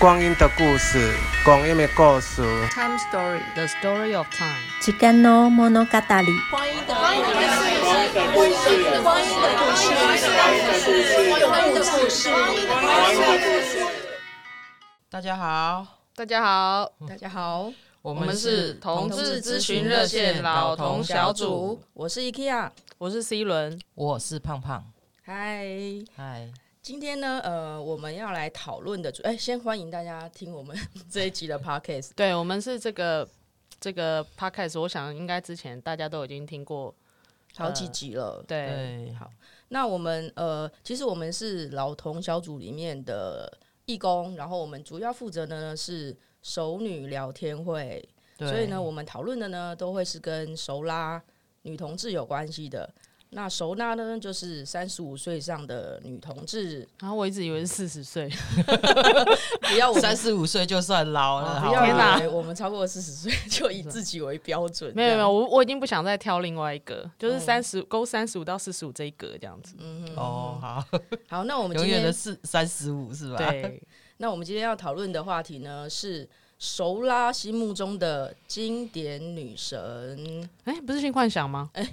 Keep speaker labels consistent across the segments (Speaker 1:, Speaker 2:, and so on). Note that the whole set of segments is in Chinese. Speaker 1: 光阴的故事，光阴的故事。
Speaker 2: Time Story, the story of time.
Speaker 3: 时间の物語。
Speaker 2: 大家好，
Speaker 4: 大家好，大家好，
Speaker 2: 我
Speaker 4: 我们是同志咨询热线老同小组，，
Speaker 5: 我是 IKEA，
Speaker 4: 我是 C 轮，
Speaker 2: 我是胖胖，
Speaker 5: 嗨，
Speaker 2: 嗨，
Speaker 5: 今天呢，呃，我们要来讨论的主，哎，先欢迎大家听我们这一集的 podcast，
Speaker 4: 对我们是这个这个 podcast，我想应该之前大家都已经听过，
Speaker 5: 好几集了。
Speaker 2: 哎
Speaker 4: 对，
Speaker 2: 对，
Speaker 5: 好，那我们呃，其实我们是老同小组里面的义工，然后我们主要负责的呢是熟女聊天会，
Speaker 2: 对
Speaker 5: 所以呢，我们讨论的呢都会是跟熟拉女同志有关系的。那熟拉呢，就是三十五岁以上的女同志，
Speaker 4: 然后我一直以为是四十岁，
Speaker 5: 不要我 们
Speaker 2: 三十五岁就算老了，好
Speaker 5: 哦不
Speaker 2: 吧
Speaker 5: 要
Speaker 4: 哦天哪
Speaker 5: 以为我们超过四十 岁就以自己为标准，
Speaker 4: 没有没有，
Speaker 5: 有，
Speaker 4: 我我已经不想再挑另外一个，就是
Speaker 5: 嗯
Speaker 4: 三十勾三十五到四十五这一格这样子，
Speaker 5: 嗯哼，
Speaker 2: 哦，好，
Speaker 5: 好，那我们
Speaker 2: 永
Speaker 5: 今
Speaker 2: 远的
Speaker 5: 天
Speaker 2: 四三十五是吧？，
Speaker 4: 对，
Speaker 5: 那我们今天要讨论的话题呢是熟拉心目中的经典女神，
Speaker 4: 哎，不是性幻想吗？
Speaker 2: 哎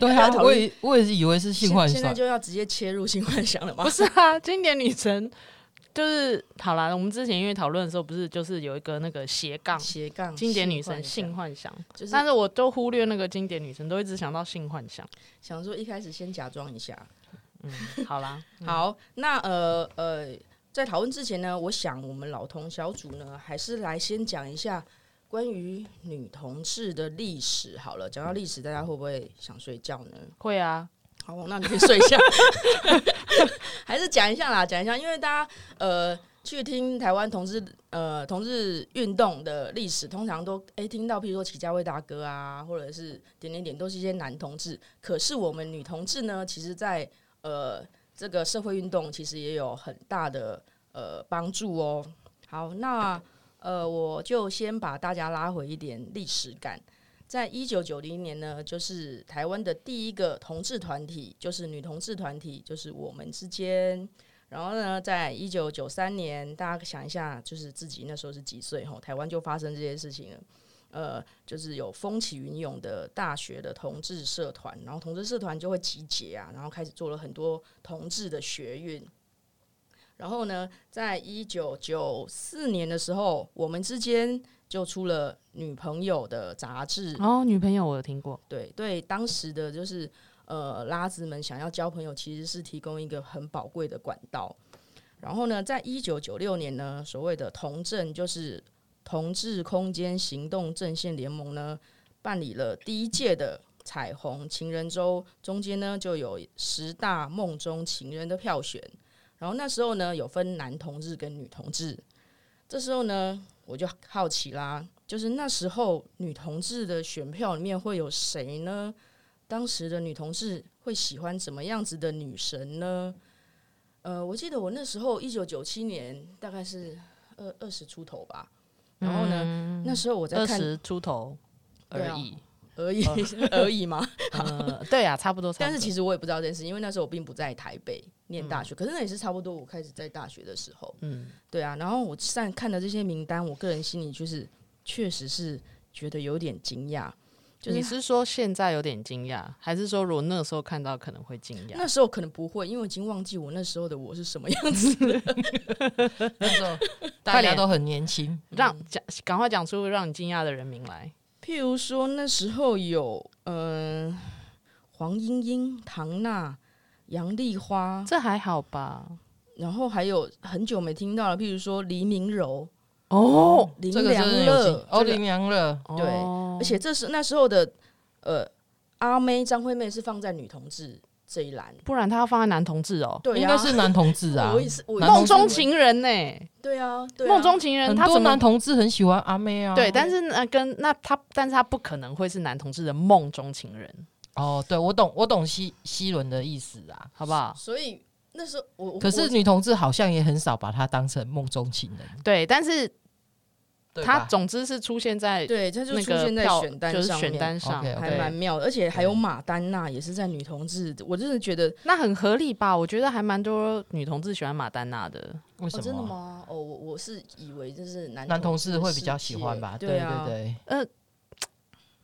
Speaker 2: 对
Speaker 5: 要
Speaker 2: 啊，
Speaker 5: 讨论
Speaker 2: 我也我也是以为是性幻
Speaker 5: 现在
Speaker 2: 想，
Speaker 5: 就要直接切入性幻想了吗
Speaker 4: 不？是啊，经典女神 就是好啦，我们之前因为讨论的时候，不是就是有一个那个斜杠。
Speaker 5: 斜
Speaker 2: 嗯
Speaker 5: 杠
Speaker 4: 啊经典女神
Speaker 5: 性
Speaker 4: 性
Speaker 5: 幻
Speaker 4: 幻想，
Speaker 5: 想就是
Speaker 4: 但是我都忽略那个经典女神，都一直想到性幻 想。
Speaker 5: 想说一开始先假装一下，
Speaker 4: 好啦，
Speaker 5: 好，那呃呃，在讨论之前呢，我想我们老同小组呢，还是来先讲一下关于女同志的历史好了。讲到历史，大家会不会想睡觉呢？
Speaker 4: 会啊，
Speaker 5: 好，那你去睡一下， 还是讲一下啦，讲一下，因为大家呃去听台湾同志呃同志运动的历史，通常都诶听到，譬如说祁家威大哥啊，或者是点点点，都是一些男同志。可是我们女同志呢，其实在呃这个社会运动其实也有很大的呃帮助哦。好，那呃我就先把大家拉回一点历史感。在一九九零年呢，就是台湾的第一个同志团体，就是女同志团体，就是我们之间。然后呢，在一九九三年，大家想一下，就是自己那时候是几岁吼？台湾就发生这些事情了。呃，就是有风起云涌的大学的同志社团，然后同志社团就会集结啊，然后开始做了很多同志的学运。然后呢，在一九九四年的时候，我们之间就出了女朋友的杂志，
Speaker 4: 哦，女朋友我有听过，
Speaker 5: 对对，当时的就是呃拉子们想要交朋友，其实是提供一个很宝贵的管道。然后呢，在一九九六年呢，所谓的同政就是同志空间行动阵线联盟呢，办理了第一届的彩虹情人周，中间呢就有十大梦中情人的票选。然后那时候呢，有分男同志跟女同志。这时候呢，我就好奇啦，就是那时候女同志的选票里面会有谁呢？当时的女同志会喜欢怎么样子的女神呢？呃，我记得我那时候一九九七年，大概是二二十出头吧。然后呢，那时候我
Speaker 4: 嗯
Speaker 5: 在
Speaker 4: 二
Speaker 5: 看
Speaker 4: 十出头而
Speaker 5: 对啊
Speaker 4: 已。
Speaker 5: 而已 而已嘛。
Speaker 4: 呃，对啊，差不多。
Speaker 5: 但是其
Speaker 4: 实
Speaker 5: 实我也不知道这件事，因为那时候我并不在台北念大学，可是那也是差不多我开始在大学的时候。
Speaker 4: 嗯，
Speaker 5: 对啊，然后我上看了这些名单，我个人心里就是确实是觉得有点惊讶，就
Speaker 4: 你
Speaker 5: 是
Speaker 4: 是说现在有点惊讶，还是说如果那时候看到可能会惊
Speaker 5: 那
Speaker 4: 讶？
Speaker 5: 时候可能不会，因为我已经忘记我那时候的我是什么样子。
Speaker 2: 那 时候大
Speaker 4: 快
Speaker 2: 家
Speaker 4: 点
Speaker 2: 都很年轻，
Speaker 4: 让讲赶快讲出让你惊讶的人名来。
Speaker 5: 譬如说那时候有嗯、呃黄莺莺、唐娜、杨丽花，
Speaker 4: 这还好吧？
Speaker 5: 然后还有很久没听到了，譬如说黎明柔、
Speaker 4: 哦，
Speaker 5: 林
Speaker 2: 这个
Speaker 5: 良
Speaker 2: 真的有
Speaker 5: 乐
Speaker 2: 劲，哦，
Speaker 5: 这个
Speaker 2: 林良乐，
Speaker 5: 对
Speaker 4: 哦
Speaker 5: 而且这是那时候的呃阿妹张惠妹是放在女同志这一栏，
Speaker 4: 不然他要放在男同志哦，
Speaker 5: 对、啊，
Speaker 2: 应该是男同志啊
Speaker 5: 我，也是我也
Speaker 2: 男
Speaker 5: 是
Speaker 2: 同
Speaker 4: 梦
Speaker 2: 志
Speaker 4: 中，情人呢？
Speaker 5: 对啊，对啊
Speaker 4: 梦中情人
Speaker 2: 很
Speaker 4: 他
Speaker 2: 多
Speaker 4: 怎么
Speaker 2: 男？同志很喜欢阿妹啊。
Speaker 4: 对，但是那跟那他，但是他不可能会是男同志的梦中情人，
Speaker 2: 哦，对我懂，我懂西西伦的意思啊。
Speaker 4: 好不好？
Speaker 5: 所以那时候我我
Speaker 2: 可是
Speaker 5: 我
Speaker 2: 女同志好像也很少把他当成梦中情人，
Speaker 4: 对，但是
Speaker 2: 对
Speaker 4: 它
Speaker 2: 吧
Speaker 4: 总之是出现在
Speaker 5: 对，它就
Speaker 4: 那
Speaker 5: 出
Speaker 4: 个
Speaker 5: 现在
Speaker 4: 票
Speaker 5: 选单
Speaker 4: 就是
Speaker 5: 上
Speaker 4: 选
Speaker 5: 面，
Speaker 4: 单上，
Speaker 2: OK，OK
Speaker 5: 还
Speaker 2: 对
Speaker 5: 蛮妙的，而且还有马丹娜也是在女同志，我真的觉得
Speaker 4: 那很合理吧？我觉得还蛮多女同志喜欢马丹娜的。
Speaker 2: 为什么？
Speaker 5: 哦，
Speaker 2: 啊
Speaker 5: 真的吗？哦，我我是以为就是男
Speaker 2: 男同
Speaker 5: 事
Speaker 2: 事会比较喜欢吧？
Speaker 5: 对
Speaker 2: 对
Speaker 5: 啊，
Speaker 2: 对
Speaker 4: 呃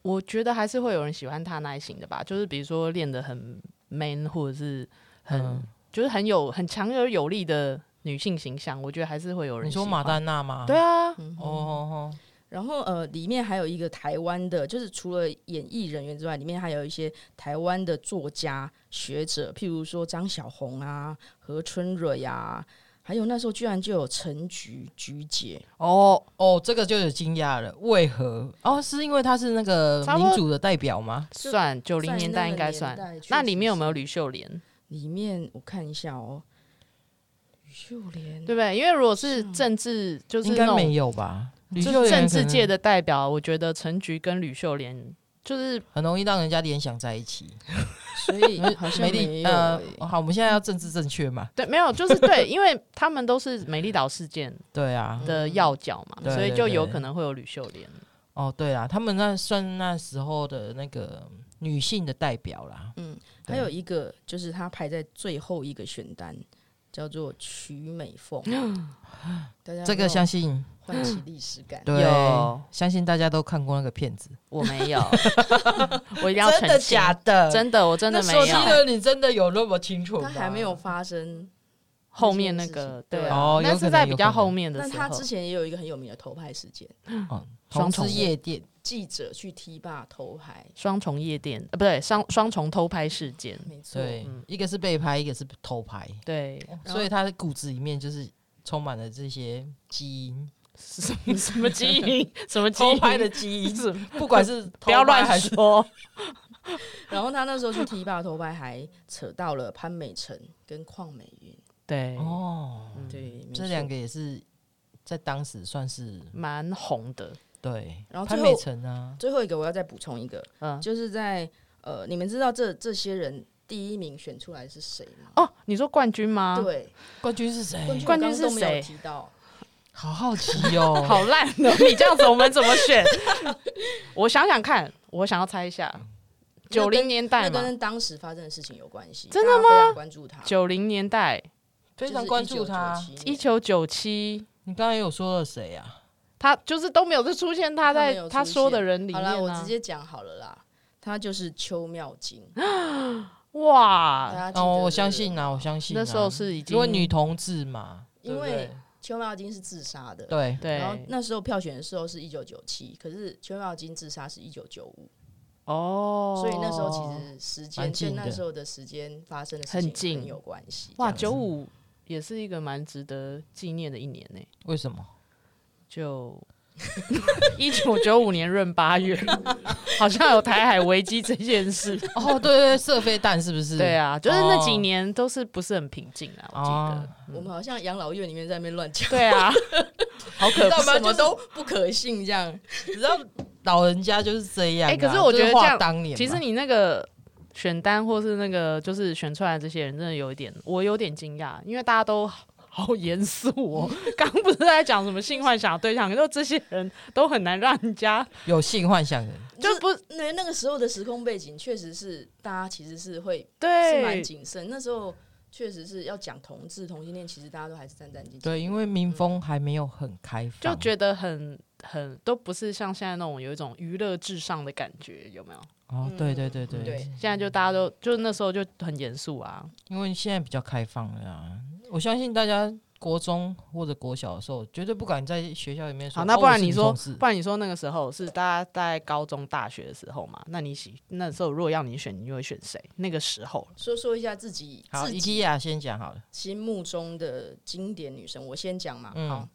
Speaker 4: 我觉得还是会有人喜欢她那一型的吧，就是比如说练得很 man，或者是很、
Speaker 2: 嗯
Speaker 4: 就是很有很强而有力的女性形象，我觉得还是会有
Speaker 2: 对，
Speaker 4: 人
Speaker 2: 你
Speaker 4: 喜欢。
Speaker 2: 说马丹娜吗？
Speaker 4: 对啊，
Speaker 5: 嗯
Speaker 2: 哦，哦，哦
Speaker 5: 然后呃，里面还有一个台湾的，就是除了演艺人员之外，里面还有一些台湾的作家学者，譬如说张小红啊、何春蕊啊，还有那时候居然就有陈菊菊姐，
Speaker 2: 哦哦，这个就有惊讶了，为何？哦，是因为他是那个
Speaker 4: 差不多
Speaker 2: 民主的代表吗？
Speaker 4: 算九零
Speaker 5: 在
Speaker 4: 年
Speaker 5: 那
Speaker 4: 代
Speaker 5: 个
Speaker 4: 应该
Speaker 5: 年
Speaker 4: 算。
Speaker 5: 代确
Speaker 4: 那
Speaker 5: 实
Speaker 4: 里面有没有
Speaker 5: 是
Speaker 4: 吕秀莲？
Speaker 5: 里面我看一下 哦，吕秀莲
Speaker 4: 对不对？因为如果是政治，就是
Speaker 2: 应
Speaker 4: 那
Speaker 2: 该
Speaker 4: 种
Speaker 2: 没有吧？吕
Speaker 4: 就
Speaker 2: 秀
Speaker 4: 是
Speaker 2: 莲
Speaker 4: 政
Speaker 2: 可
Speaker 4: 治
Speaker 2: 能
Speaker 4: 界的代表，我觉得陈菊跟吕秀莲就是
Speaker 2: 很容易让人家联想在一起，
Speaker 5: 所以好像
Speaker 2: 美
Speaker 5: 没
Speaker 2: 丽
Speaker 5: 有
Speaker 2: 呃
Speaker 5: 欸，
Speaker 2: 好，我们现在要政治正确嘛？
Speaker 4: 对，没有，就是对，因为他们都是美丽岛事件
Speaker 2: 对啊，
Speaker 4: 的要角嘛，
Speaker 2: 对
Speaker 4: 所以
Speaker 2: 对
Speaker 4: 就
Speaker 2: 对
Speaker 4: 有可能会有吕秀莲。
Speaker 2: 哦，对啦，他们那算那时候的那个女性的代表啦。
Speaker 5: 还有一个就是他排在最后一个选单，叫做曲美凤，啊 大家有
Speaker 2: 这
Speaker 5: 没有
Speaker 2: 个相信
Speaker 5: 唤起历史感。
Speaker 2: 对
Speaker 4: 啊有，
Speaker 2: 相信大家都看过那个片子，
Speaker 4: 我没有， 我一定要澄清。
Speaker 2: 的
Speaker 4: 真的，我真的没有。
Speaker 2: 你真的 有那么清楚
Speaker 5: 它还没有发生，
Speaker 4: 后面那
Speaker 5: 这件
Speaker 4: 个
Speaker 5: 事情对
Speaker 4: 对
Speaker 5: 啊
Speaker 2: 哦
Speaker 4: 那
Speaker 2: 有可
Speaker 4: 是
Speaker 2: 能
Speaker 4: 在
Speaker 2: 有
Speaker 4: 比
Speaker 2: 可
Speaker 4: 较
Speaker 2: 能
Speaker 4: 后面的
Speaker 5: 但
Speaker 4: 时
Speaker 5: 他
Speaker 4: 候
Speaker 5: 之。前也有一个很有名的偷拍事件，
Speaker 2: 哦，
Speaker 4: 嗯双
Speaker 2: 同
Speaker 4: 重
Speaker 2: 志夜店
Speaker 5: 记者去踢霸偷拍，
Speaker 4: 双重夜店，呃，不对，双双重偷拍事件，
Speaker 5: 没错。
Speaker 2: 对
Speaker 4: 嗯，
Speaker 2: 一个是被拍，一个是偷拍，
Speaker 4: 对，
Speaker 5: 然后
Speaker 2: 所以他的骨子里面就是充满了这些基因，
Speaker 4: 什么什么基 因，什么基因
Speaker 2: 偷拍的基因，
Speaker 4: 是
Speaker 2: 不管是
Speaker 4: 不要
Speaker 2: 偷拍还
Speaker 4: 乱
Speaker 2: 是
Speaker 4: 说。
Speaker 5: 然后他那时候去踢霸偷拍，还扯到了潘美辰跟邝美云，
Speaker 4: 对，
Speaker 2: 哦，
Speaker 4: 嗯
Speaker 5: 对，没
Speaker 2: 这
Speaker 5: 错
Speaker 2: 两个也是在当时算是
Speaker 4: 蛮红的，
Speaker 2: 对，
Speaker 5: 然后最
Speaker 2: 潘
Speaker 5: 后
Speaker 2: 美辰啊，
Speaker 5: 最后一个我要再补充一个，
Speaker 4: 嗯，
Speaker 5: 就是在呃，你们知道这这些人第一名选出来是谁吗？
Speaker 4: 哦，你说冠军吗？，
Speaker 5: 对，
Speaker 2: 啊哎冠军是谁？
Speaker 5: 冠军
Speaker 4: 冠
Speaker 5: 我
Speaker 4: 军
Speaker 5: 刚
Speaker 4: 是
Speaker 5: 刚都没有
Speaker 4: 谁
Speaker 5: 提到，
Speaker 2: 好 好奇哦，
Speaker 4: 好烂哦！你这样子，我们怎么选？ 我想想看，我想要猜一下，
Speaker 5: 那
Speaker 4: 九
Speaker 5: 跟
Speaker 4: 零年
Speaker 5: 那
Speaker 4: 代嘛，
Speaker 5: 跟当时发生的事情有关系。
Speaker 4: 真的
Speaker 5: 的吗？关注他，
Speaker 4: 九零年代，
Speaker 2: 非常关注他。
Speaker 4: 一
Speaker 5: 一
Speaker 4: 九九七，
Speaker 2: 你刚才有说了谁啊？
Speaker 4: 他就是都没有就出现他
Speaker 5: 他没
Speaker 4: 在
Speaker 5: 有
Speaker 4: 他
Speaker 5: 出
Speaker 4: 说的
Speaker 5: 现
Speaker 4: 人里
Speaker 5: 好
Speaker 4: 面
Speaker 5: 啦，我
Speaker 4: 啊
Speaker 5: 直接讲好了啦，他就是邱妙金，大
Speaker 4: 哇，
Speaker 5: 家记得
Speaker 2: 哦，我
Speaker 5: 这
Speaker 2: 相
Speaker 5: 个
Speaker 2: 信啊，我相信啊
Speaker 4: 那时候是已经
Speaker 2: 因为女同志嘛，
Speaker 5: 因
Speaker 2: 对不
Speaker 5: 为邱妙金是自杀的。
Speaker 2: 对对
Speaker 5: 然后
Speaker 4: 对
Speaker 5: 那时候票选的时候是一九九七，可是邱妙金自杀是一九九五，
Speaker 4: 哦，
Speaker 5: 所以那时候其实时间
Speaker 2: 蛮近
Speaker 5: 跟那
Speaker 2: 的
Speaker 5: 时候的时间发生的事
Speaker 4: 很
Speaker 5: 情
Speaker 4: 近
Speaker 5: 很有关系。
Speaker 4: 哇，
Speaker 5: 这
Speaker 4: 九
Speaker 5: 样子
Speaker 4: 五也是一个蛮值得纪念的一年呢，
Speaker 2: 为什么？
Speaker 4: 就 一九九五年闰八月，好像有台海危机这件事。
Speaker 2: 哦，对对，射飞弹是不是？
Speaker 4: 对
Speaker 2: 啊，
Speaker 4: 啊，就是那几
Speaker 2: 哦
Speaker 4: 年都是不是很平静啊，我记得。
Speaker 5: 我们好像养老院里面在那边乱讲，
Speaker 4: 对啊，好可
Speaker 5: 知道
Speaker 4: 怕
Speaker 5: 吗？。么都不可信这样。
Speaker 2: 你知道老人家就是这样啊。
Speaker 4: 哎可是我觉得
Speaker 2: 就话
Speaker 4: 这样
Speaker 2: 当年嘛，
Speaker 4: 其实你那个选单或是那个就是选出来这些人，真的有一点，我有点惊讶，因为大家都好。好严肃哦！刚不是在讲什么性幻想对象，可是这些人都很难让人家
Speaker 2: 有性幻想的人，
Speaker 4: 就不
Speaker 5: 那那个时候的时空背景确实是大家其实是会是蛮
Speaker 4: 对
Speaker 5: 谨慎，那时候确实是要讲同志同性恋，其实大家都还是战战兢兢。
Speaker 2: 对，因为民风还没有很开放，
Speaker 4: 就觉得很很都不是像现在那种有一种娱乐至上的感觉，有没有？
Speaker 2: 哦，对对对
Speaker 5: 嗯
Speaker 4: 嗯
Speaker 5: 对
Speaker 2: 对，
Speaker 4: 现在就大家都就是那时候就很严肃啊，
Speaker 2: 因为现在比较开放了啊，我相信大家。国中或者国小的时候，绝对不敢在学校里面说。
Speaker 4: 好，那不
Speaker 2: 哦我
Speaker 4: 然
Speaker 2: 是
Speaker 4: 你
Speaker 2: 女
Speaker 4: 说
Speaker 2: 同志，
Speaker 4: 不然你说那个时候是大家大概高中、大学的时候嘛？那你喜那时候如果要你选，你会选谁？那个时候
Speaker 5: 说说一下自己
Speaker 2: 好，
Speaker 5: 自
Speaker 2: 伊
Speaker 5: 己
Speaker 2: 基亚先讲好了。
Speaker 5: 心目中的经典女神，我先讲嘛。
Speaker 2: 嗯
Speaker 5: 好，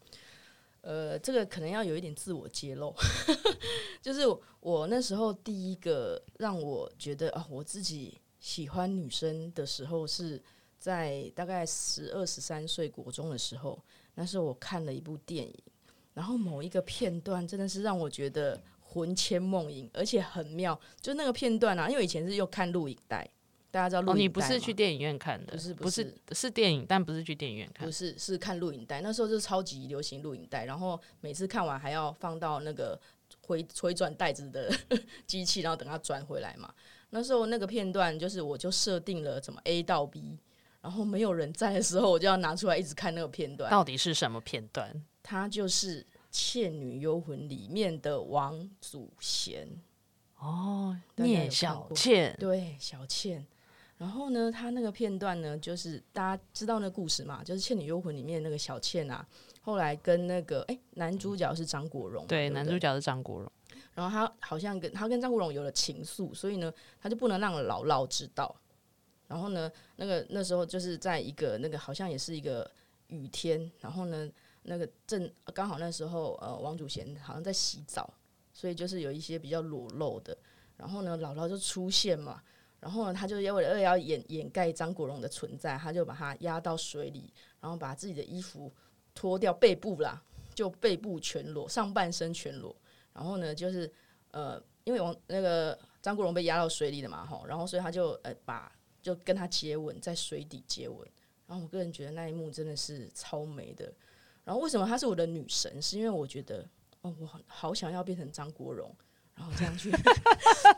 Speaker 5: 呃，这个可能要有一点自我揭露，
Speaker 4: 嗯
Speaker 5: 就是我那时候第一个让我觉得啊，我自己喜欢女生的时候是在大概十二十三岁国中的时候，那时候我看了一部电影，然后某一个片段真的是让我觉得魂牵梦萦，而且很妙，就那个片段啊，因为以前是又看录影带。大家知道
Speaker 4: 哦，
Speaker 5: 录影带吗、
Speaker 4: 你不是去电影院看的，
Speaker 5: 不是
Speaker 4: 不
Speaker 5: 不
Speaker 4: 是是电影，但不是去电影院看
Speaker 5: 不。是，是看录影带。那时候就是超级流行录影带，然后每次看完还要放到那个回回转袋子的 机器，然后等它转回来嘛。那时候那个片段就是我就设定了什么 A 到 B，然后没有人在的时候，我就要拿出来一直看那个片段。
Speaker 4: 到底是什么片段？
Speaker 5: 它就是《倩女幽魂》里面的王祖贤。
Speaker 4: 哦，
Speaker 5: 大家有
Speaker 4: 聂
Speaker 5: 看
Speaker 4: 小
Speaker 5: 过
Speaker 4: 倩，
Speaker 5: 对，小倩。然后呢，她那个片段呢，就是大家知道那故事嘛，就是《倩女幽魂》里面那个小倩啊，后来跟那个哎男主角是张国荣嘛，
Speaker 4: 对，
Speaker 5: 不
Speaker 4: 男主。角是张国荣。
Speaker 5: 然后他好像跟他跟张国荣有了情愫，所以呢，他就不能让姥姥知道。然后呢，那个那时候就是在一个那个好像也是一个雨天，然后呢，那个正刚好那时候呃王祖贤好像在洗澡，所以就是有一些比较裸露的。然后呢，姥姥就出现嘛，然后呢，他就要为了要掩掩盖张国荣的存在，他就把他压到水里，然后把自己的衣服脱掉背部啦，就背部全裸，上半身全裸。然后呢，就是呃，因为王那个张国荣被压到水里了嘛，吼，然后所以他就呃把就跟他接吻，在水底接吻。然后我个人觉得那一幕真的是超美的。然后为什么她是我的女神？是因为我觉得哦，我好好想要变成张国荣，然后 这样去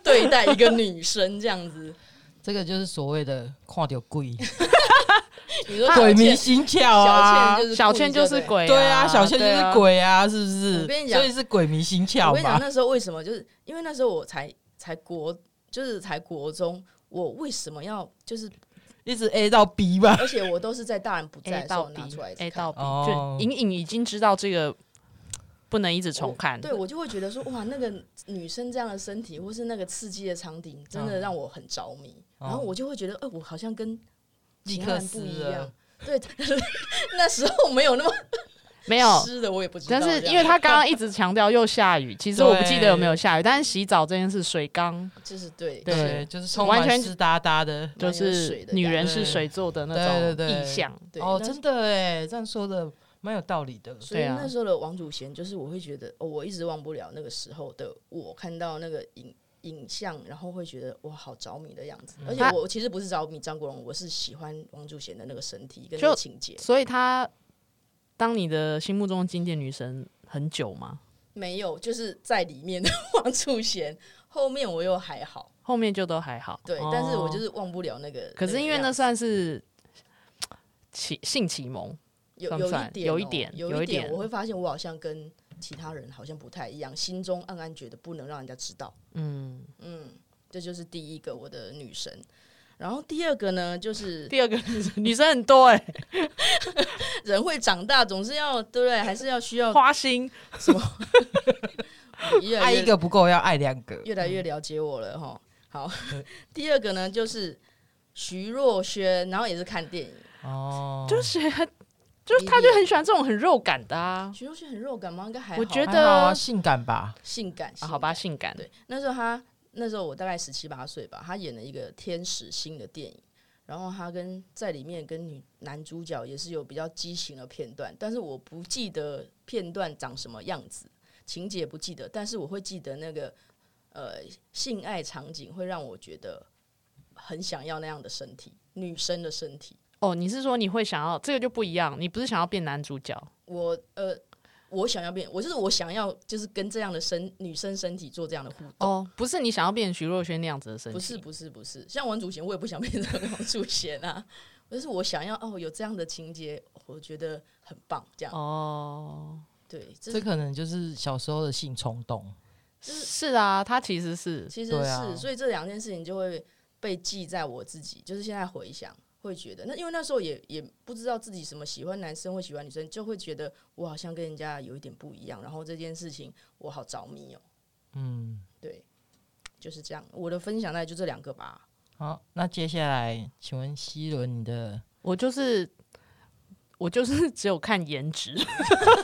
Speaker 5: 对待一个女生这样子。
Speaker 2: 这个就是所谓的跨掉鬼，
Speaker 5: 你说
Speaker 2: 鬼
Speaker 5: 小
Speaker 2: 迷
Speaker 5: 倩
Speaker 2: 心窍啊
Speaker 5: 小倩。就是
Speaker 4: 小
Speaker 5: 故意
Speaker 4: 倩就是
Speaker 5: 对不对
Speaker 4: 鬼、啊，
Speaker 2: 对啊，小倩就
Speaker 4: 对
Speaker 2: 是
Speaker 4: 啊。
Speaker 2: 鬼啊，是不是？
Speaker 5: 我跟你讲
Speaker 2: 所以是鬼迷心
Speaker 5: 我
Speaker 2: 窍
Speaker 5: 跟你讲，
Speaker 2: 吧？
Speaker 5: 那时候为什么？就是因为那时候我才才国，就是才国中，我为什么要就是
Speaker 2: 一直 A 到 B 吧。
Speaker 5: 而且我都是在大人不在
Speaker 4: A
Speaker 5: 的时
Speaker 4: 到
Speaker 5: 候
Speaker 4: B
Speaker 5: 拿出来一直
Speaker 4: A
Speaker 5: 看
Speaker 4: 到 B，
Speaker 2: 哦
Speaker 4: 就隐隐已经知道这个不能一直重看。
Speaker 5: 对，我就会觉得说，哇，那个女生这样的身体，或是那个刺激的场景，真的
Speaker 2: 嗯
Speaker 5: 让我很着迷。
Speaker 2: 哦
Speaker 4: 嗯
Speaker 5: 然后我就会觉得，哎、我好像跟
Speaker 2: 立
Speaker 5: 其
Speaker 2: 刻
Speaker 5: 他人不
Speaker 2: 湿
Speaker 5: 一
Speaker 2: 了
Speaker 5: 样。对，那时候没有那么
Speaker 4: 没有。
Speaker 5: 湿的，我也不知道
Speaker 4: 但
Speaker 5: 这样。
Speaker 4: 是因为他刚刚一直强调又下雨，其实我不记得有没有下雨，但是洗澡这件事，水缸
Speaker 5: 就是对
Speaker 4: 对
Speaker 2: 对，就是充
Speaker 4: 完
Speaker 2: 满
Speaker 4: 全
Speaker 2: 湿哒哒的。
Speaker 4: 就
Speaker 5: 蛮有水
Speaker 4: 是
Speaker 5: 的
Speaker 4: 女
Speaker 5: 感
Speaker 4: 人
Speaker 2: 觉
Speaker 4: 是水做的那
Speaker 2: 对对
Speaker 4: 种
Speaker 2: 对
Speaker 4: 意象。
Speaker 5: 对
Speaker 2: 哦，
Speaker 5: 那
Speaker 2: 真的哎，这样说的蛮有道理的。
Speaker 5: 所以
Speaker 4: 对啊
Speaker 5: 那时候的王祖贤，就是我会觉得，哦，我一直忘不了那个时候的我，看到那个影影像，然后会觉得哇，好着迷的样子。而且
Speaker 4: 嗯他
Speaker 5: 我其实不是着迷张国荣，我是喜欢王祖贤的那个身体跟
Speaker 4: 就
Speaker 5: 那个情节。
Speaker 4: 所以她当你的心目中的经典女神很久吗？
Speaker 5: 没有，就是在里面的 王祖贤，后面我又还好，
Speaker 4: 后面就都还好。
Speaker 5: 对，
Speaker 4: 哦
Speaker 5: 但是我就，是忘不了那个。
Speaker 4: 可是因为
Speaker 5: 那个
Speaker 4: 那
Speaker 5: 样子
Speaker 4: 算是启性启蒙，
Speaker 5: 有
Speaker 4: 算
Speaker 5: 有
Speaker 4: 不
Speaker 5: 一
Speaker 4: 算
Speaker 5: 点哦、
Speaker 4: 有一点有
Speaker 5: 有
Speaker 4: 一
Speaker 5: 一点，
Speaker 4: 点
Speaker 5: 我会发现我好像跟其他人好像不太一样，心中暗暗觉得不能让人家知道。
Speaker 4: 嗯。
Speaker 5: 嗯，这就是第一个我的女神。然后第二个呢， 就是
Speaker 4: 第二个女生 女生很多哎、
Speaker 5: 人会长大，总是要对不对？还是要需要
Speaker 4: 花心
Speaker 5: 你越来
Speaker 2: 爱
Speaker 5: 越
Speaker 2: 一个不够，要爱两个。
Speaker 5: 越来越了解我了哈。好， 第二个呢就是徐若瑄，然后也是看电影，
Speaker 2: 哦，
Speaker 4: 就是很，就是她就很喜欢这种很肉感的啊。
Speaker 5: 徐若瑄很肉感吗？应该还好，
Speaker 4: 我觉
Speaker 2: 还
Speaker 4: 得
Speaker 2: 好啊性感吧。
Speaker 5: 性感
Speaker 4: 啊好吧，，性感
Speaker 5: 对，那时候他那时候我大概十七八岁吧，他演了一个天使星的电影，然后他跟在里面跟女男主角也是有比较激情的片段，但是我不记得片段长什么样子，情节不记得，但是我会记得那个呃性爱场景会让我觉得很想要那样的身体，女生的身体。
Speaker 4: 哦，你是说你会想要这个就不一样，你不是想要变男主角，
Speaker 5: 我呃，我想要变，我就是我想要就是跟这样的身女生身体做这样的互动。
Speaker 4: 哦，不是你想要变徐若瑄那样子的身体，
Speaker 5: 不是不是不是，像王祖贤，我也不 想变成王祖贤啊。但是我想要哦，有这样的情节，我觉得很棒。这样、
Speaker 4: 哦，
Speaker 5: 对，这
Speaker 2: 这
Speaker 5: 是
Speaker 2: 可能就是小时候的性冲动，
Speaker 4: 是啊，她其实是
Speaker 5: 其实是，
Speaker 2: 对啊
Speaker 5: 所以这两件事情就会被记在我自己，就是现在回想会觉得，那因为那时候也也不知道自己什么喜欢男生或喜欢女生，就会觉得我好像跟人家有一点不一样，然后这件事情我好着迷哦。
Speaker 2: 嗯，
Speaker 5: 对，就是这样。我的分享大概就这两个吧。
Speaker 2: 好，那接下来，请问希伦，你的
Speaker 4: 我就是我就是 只有看颜值，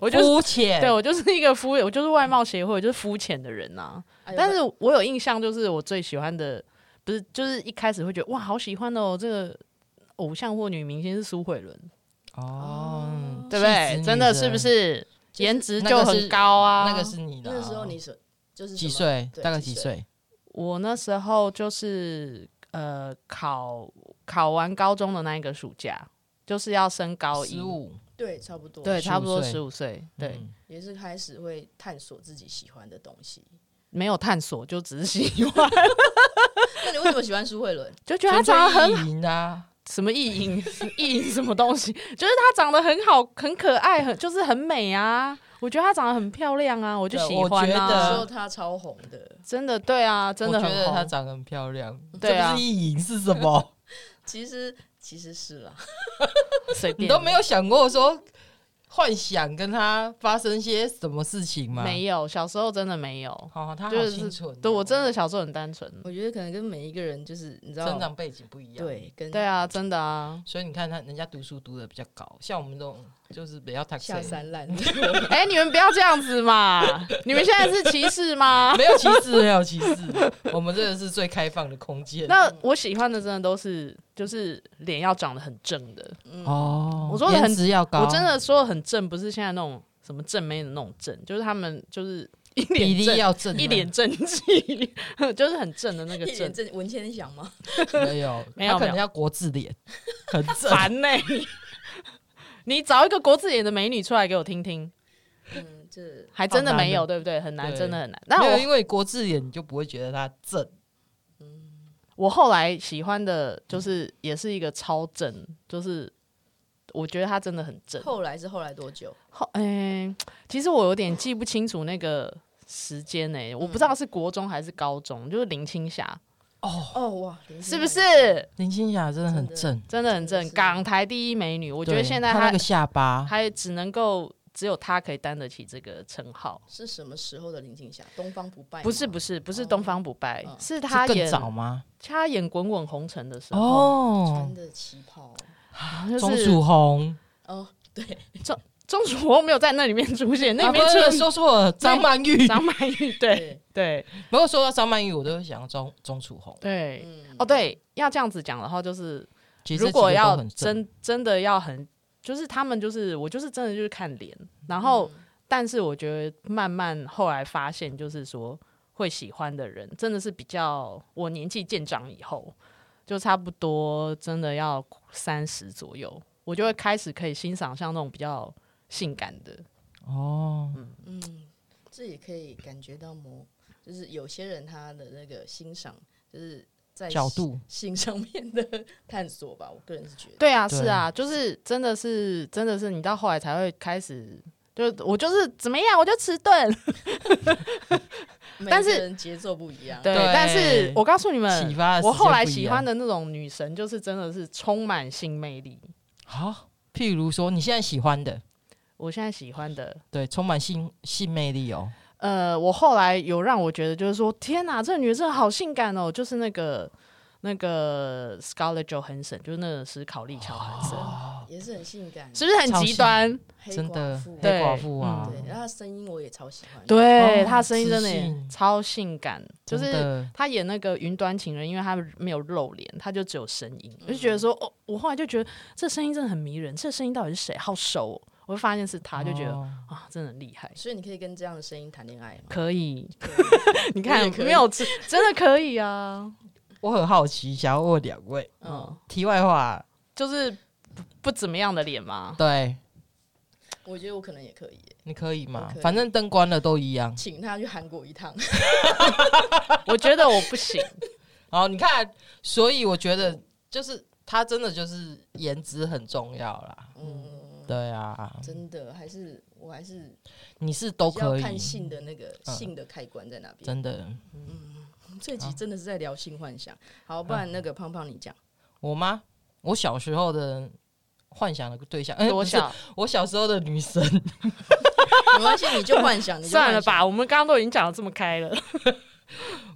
Speaker 4: 我就是。
Speaker 2: 肤浅，
Speaker 4: 对，我就是一个肤，我就是外貌协会，我就是肤浅的人呐、
Speaker 5: 哎呦
Speaker 4: 但是我有印象，就是我最喜欢的，不是就是一开始会觉得哇，好喜欢哦，这个偶像或女明星是苏慧伦，
Speaker 2: 哦，嗯
Speaker 4: 对不对？真的是不？是、
Speaker 5: 就是
Speaker 4: 颜值
Speaker 2: 那
Speaker 4: 就
Speaker 2: 个
Speaker 4: 很
Speaker 2: 是
Speaker 4: 高啊？
Speaker 2: 气死你的那个是你的啊，
Speaker 5: 那时候你是就是
Speaker 2: 几
Speaker 5: 什么
Speaker 2: 岁？
Speaker 5: 对
Speaker 2: 大概
Speaker 5: 几
Speaker 2: 几岁？
Speaker 4: 我那时候就是呃考考完高中的那一个暑假，就是要升高一
Speaker 2: 十，五，
Speaker 5: 对，差不多，
Speaker 4: 对，差不多
Speaker 2: 15岁
Speaker 4: 十五岁，对，
Speaker 2: 嗯，
Speaker 5: 也是开始会探索自己喜欢的东西。
Speaker 4: 没有探索，就只是 喜欢，
Speaker 5: 那你为什么喜欢苏慧 伦？
Speaker 4: 就觉得他长得很
Speaker 2: 纯粹意淫啊，
Speaker 4: 什么意淫意淫什么东西，就是她长得很好，很可爱，很就是很美啊。我觉得她长得很漂亮啊，我就
Speaker 2: 对
Speaker 4: 喜
Speaker 2: 我
Speaker 4: 欢
Speaker 2: 觉
Speaker 5: 那
Speaker 2: 得
Speaker 5: 时
Speaker 4: 啊
Speaker 5: 候。她超红的，
Speaker 4: 真的对啊，真的
Speaker 2: 我
Speaker 4: 很
Speaker 2: 觉得她
Speaker 4: 红。
Speaker 2: 长得很漂亮，
Speaker 4: 对啊
Speaker 2: 这不是意淫是什么？
Speaker 5: 其实其实是啦，
Speaker 4: 随
Speaker 2: 你
Speaker 4: 便
Speaker 2: 都没有想过说幻想跟她发生些什么事情吗？
Speaker 4: 没有，小时候真的没有。
Speaker 2: 好，她
Speaker 4: 就
Speaker 2: 好
Speaker 4: 是
Speaker 2: 清纯哦，
Speaker 4: 对我真的小时候很单纯。
Speaker 5: 我觉得可能跟每一个人就是你知道，
Speaker 2: 成长背景不一样，。。
Speaker 5: 对，跟
Speaker 4: 对啊，真的啊
Speaker 2: 所以你看他，人家读书读的比较高，像我们这种就是比较 t a
Speaker 5: 下三滥。
Speaker 4: 哎、你们不要这样子嘛！你们现在是歧视吗？
Speaker 2: 没有歧视，没有歧视， 我们这个是最开放的空间。
Speaker 4: 那我喜欢的真的都是，就是脸要长得很正的。
Speaker 2: 哦
Speaker 4: 我说的很
Speaker 2: 颜值要高，
Speaker 4: 我真的说的很正，不是现在那种什么正妹的那种正，就是他们就是一
Speaker 2: 比
Speaker 4: 脸
Speaker 2: 例
Speaker 4: 正，
Speaker 2: 要正，啊
Speaker 4: 一脸正气， 就是很正的那
Speaker 5: 一
Speaker 4: 个
Speaker 5: 脸
Speaker 4: 正，
Speaker 5: 正文千祥吗？
Speaker 2: 没有，
Speaker 4: 没有
Speaker 2: 他可
Speaker 4: 没有
Speaker 2: 能要国字脸， 很正。
Speaker 4: 烦呢、 你找一个国字脸的美女出来给我听听，
Speaker 5: 嗯，这
Speaker 4: 还真的
Speaker 2: 好难
Speaker 4: 没有，
Speaker 2: 哦
Speaker 4: 对不对？很难，
Speaker 2: 对
Speaker 4: 真的很难。
Speaker 2: 没
Speaker 4: 那
Speaker 2: 有，
Speaker 4: 我
Speaker 2: 因为国字脸你就不会觉得他正，
Speaker 4: 我后来喜欢的就是也是一个超正，就是我觉得她真的很正。
Speaker 5: 后来是后来多久？
Speaker 4: 后，哎、其实我有点记不清楚那个时间呢、我不知道
Speaker 5: 嗯
Speaker 4: 是国中还是高中，就是林青霞，
Speaker 5: 哦哇，林志
Speaker 4: 是
Speaker 5: 玲
Speaker 4: 不是？
Speaker 2: 林青霞真的很正。
Speaker 4: 真的很
Speaker 5: 真
Speaker 4: 正
Speaker 5: 的，是
Speaker 4: 港台第一美女。我
Speaker 2: 我
Speaker 4: 觉得现在
Speaker 2: 他
Speaker 4: 她
Speaker 2: 那个下巴，
Speaker 4: 还只能够只有她可以担得起这个称号。
Speaker 5: 是什么时候的林青霞？东方不败吗
Speaker 4: 不是不是不是东方不败，
Speaker 5: 嗯
Speaker 4: 是
Speaker 2: 是
Speaker 4: 她
Speaker 2: 更
Speaker 4: 演
Speaker 2: 早吗？
Speaker 4: 她演《滚滚红尘》的时候，
Speaker 2: 哦
Speaker 5: 穿，的旗袍
Speaker 4: 就是
Speaker 2: 钟楚红，
Speaker 5: 哦，对，
Speaker 4: 钟楚红没有在那里面出现， 那
Speaker 2: 啊
Speaker 4: 里面
Speaker 2: 不
Speaker 4: 出
Speaker 2: 是
Speaker 4: 现
Speaker 2: 说错了，张曼玉。
Speaker 4: 张曼玉，对
Speaker 5: 对，
Speaker 4: 对
Speaker 2: 不过说到张曼玉，我都会想到钟钟楚红。
Speaker 4: 对，
Speaker 5: 嗯
Speaker 4: 哦，对，要这样子讲的话，就是
Speaker 2: 其实
Speaker 4: 如果
Speaker 2: 这几个都
Speaker 4: 要
Speaker 2: 很正
Speaker 4: 真真的要很，就是他们就是我就是真的就是看脸，然后、但是我觉得慢慢后来发现，就是说会喜欢的人真的是比较我年纪渐长以后，就差不多真的要三十左右，我就会开始可以欣赏像那种比较性感的，
Speaker 2: 哦，
Speaker 5: 嗯，这也可以感觉到某，就是有些人他的那个欣赏，就是在
Speaker 2: 角度
Speaker 5: 性上面的 探索吧。我个人是觉得，
Speaker 4: 对啊，
Speaker 2: 对
Speaker 4: 是啊，就是真的是真的是你到后来才会开始。就我就是怎么样，我就迟钝。
Speaker 5: 每
Speaker 4: 但
Speaker 5: 个
Speaker 4: 是
Speaker 5: 人节奏不一样，
Speaker 4: 对，
Speaker 2: 对
Speaker 4: 但是我告诉你们，
Speaker 2: 启发的时间不一样
Speaker 4: 我后来喜欢的那种女神，就是真的是充满性魅力。
Speaker 2: 好、譬如说你现在喜欢的，
Speaker 4: 我现在喜欢的，
Speaker 2: 对，充满性性魅力哦。
Speaker 4: 呃，我后来有让我觉得就是说，天哪，这个女的真的好性感哦，就是那个那个 Scarlett Johansson，就是那个史考利乔韩森，
Speaker 2: 哦
Speaker 5: 也是很性感，
Speaker 4: 是不是很极端？
Speaker 5: 黑
Speaker 2: 真的
Speaker 5: 寡妇，
Speaker 2: 黑
Speaker 4: 对嗯
Speaker 2: 寡妇啊，
Speaker 5: 对，然后他声音我也超喜欢，，
Speaker 4: 对，
Speaker 2: 哦
Speaker 4: 她声音真的
Speaker 2: 磁
Speaker 4: 也
Speaker 2: 性
Speaker 4: 超性感，就
Speaker 2: 真
Speaker 4: 是
Speaker 2: 的
Speaker 4: 他演那个云端情人，因为他没有露脸，他就只有声音，
Speaker 2: 嗯
Speaker 4: 我就觉得说，哦，我后来就觉得这声音真的很迷人，这声音到底是谁？好熟、哦，我就发现是他，就觉得、
Speaker 2: 哦
Speaker 4: 啊，真的很厉害，
Speaker 5: 所以你可以跟这样的声音谈恋爱吗？
Speaker 4: 可以， 你
Speaker 5: 我
Speaker 4: 看
Speaker 5: 也可以
Speaker 4: 没有真真的可以啊，
Speaker 2: 我很好奇，想要问两位。
Speaker 5: 嗯，
Speaker 2: 题外话，
Speaker 4: 就是不不怎么样的脸嘛，
Speaker 2: 对，
Speaker 5: 我觉得我可能也可以耶，
Speaker 2: 你可以吗
Speaker 5: 我可？以
Speaker 2: 反正灯关了都一样。
Speaker 5: 请他去韩国一趟，
Speaker 4: 我觉得我不 行，
Speaker 2: 好，你看，所以我觉得就是他真的就是颜值很重要啦。
Speaker 5: 嗯，
Speaker 2: 对啊，
Speaker 5: 真的，还是我还是
Speaker 2: 你是都
Speaker 5: 比较
Speaker 2: 可以，
Speaker 5: 看性的那个
Speaker 2: 嗯
Speaker 5: 性的开关在哪边。
Speaker 2: 真的。
Speaker 5: 这集真的是在聊性幻想。好，不然那个胖胖你讲，
Speaker 2: 我吗？我小时候的幻想的对象，哎、
Speaker 4: 多
Speaker 2: 不是
Speaker 4: 小
Speaker 2: 我小时候的女神，
Speaker 5: 没关系，你就幻想，你就
Speaker 4: 算了
Speaker 5: 幻想
Speaker 4: 吧，。我们刚刚都已经讲的这么开了，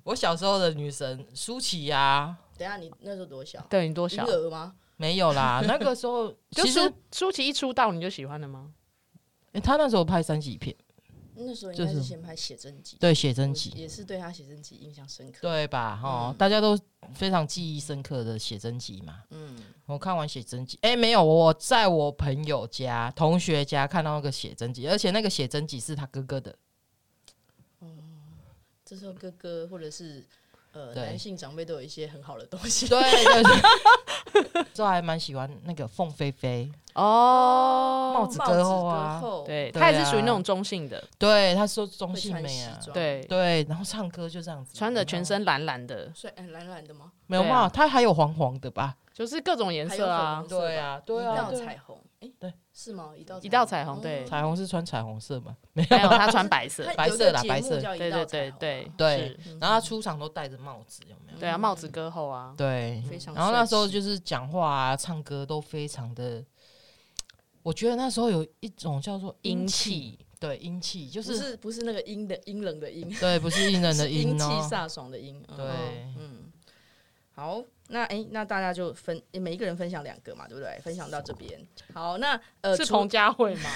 Speaker 2: 我小时候的女神舒淇呀、啊，
Speaker 5: 等一下你那时候多小？
Speaker 4: 对你多
Speaker 5: 婴
Speaker 4: 小？
Speaker 5: 儿吗？
Speaker 2: 没有啦，那个时 候
Speaker 4: 就
Speaker 2: 其实
Speaker 4: 舒舒淇一出道你就喜欢了吗？
Speaker 2: 欸他那时候拍三级片，
Speaker 5: 那时候应该
Speaker 2: 就是是
Speaker 5: 先拍写真集，
Speaker 2: 对写真
Speaker 5: 我
Speaker 2: 集，
Speaker 5: 也是对他写真集印象深刻。
Speaker 2: 对吧？哈、
Speaker 5: 嗯
Speaker 2: 大家都非常记忆深刻的写真集嘛。
Speaker 5: 嗯，
Speaker 2: 我看完写真集，哎、没有，我在我朋友家、同学家看到那个写真集，而且那个写真集是他哥哥的，
Speaker 5: 这时候哥哥或者是呃
Speaker 2: 对
Speaker 5: 男性长辈都有一些很好的东 西。
Speaker 2: 对啊对对，这还蛮喜欢那个凤飞飞，
Speaker 4: 哦
Speaker 2: 帽子
Speaker 5: 帽
Speaker 2: 割
Speaker 5: 割
Speaker 2: 后啊
Speaker 5: 后，
Speaker 4: 对，
Speaker 2: 对
Speaker 4: 他也是属于
Speaker 2: 啊
Speaker 4: 那种中性的，
Speaker 2: 对，她说中
Speaker 5: 会
Speaker 2: 性
Speaker 5: 穿
Speaker 2: 美
Speaker 5: 西
Speaker 2: 啊，
Speaker 5: 装，
Speaker 4: 对，
Speaker 2: 对，然后唱歌就这样子，
Speaker 4: 穿的全身蓝蓝的，
Speaker 5: 所以嗯蓝蓝的吗？
Speaker 2: 没有
Speaker 4: 对啊
Speaker 2: 嘛，她还有黄黄的吧？
Speaker 4: 就是各种颜
Speaker 5: 还有
Speaker 4: 色啊
Speaker 5: 粉红，色吧
Speaker 2: 对啊对啊
Speaker 5: 一道
Speaker 2: 对啊
Speaker 5: 彩虹，哎，
Speaker 2: 对，
Speaker 5: 是吗？一道
Speaker 4: 一道彩虹对
Speaker 5: 哦
Speaker 2: 彩虹是穿彩虹色嘛？
Speaker 4: 没有他穿白色，
Speaker 5: 它有
Speaker 2: 白色
Speaker 5: 一个
Speaker 2: 啦
Speaker 5: 节
Speaker 2: 白
Speaker 5: 目
Speaker 2: 色
Speaker 5: 叫一
Speaker 4: 对
Speaker 5: 道
Speaker 4: 对对
Speaker 5: 彩虹
Speaker 4: 对
Speaker 5: 啊
Speaker 2: 对
Speaker 4: 是
Speaker 5: 嗯
Speaker 2: 然后她出场都戴着帽子，有没有？
Speaker 4: 对啊，帽子割后啊，
Speaker 2: 对，
Speaker 5: 非常帅气。
Speaker 2: 然后那时候就是讲话啊、唱歌都非常的， 我觉得那时候有一种叫做
Speaker 4: 阴
Speaker 2: 气，对，阴气就
Speaker 5: 不
Speaker 2: 是
Speaker 5: 是不是那个阴的阴冷的阴，
Speaker 2: 对，不是阴人的
Speaker 5: 是阴气
Speaker 2: 哦，
Speaker 5: 飒爽的阴。嗯
Speaker 2: 对
Speaker 5: 嗯，好，那哎、诶那大家就分诶每一个人分享两个嘛，对不对？分享到这边。好，那呃，
Speaker 4: 是
Speaker 5: 除
Speaker 4: 彭佳慧 吗？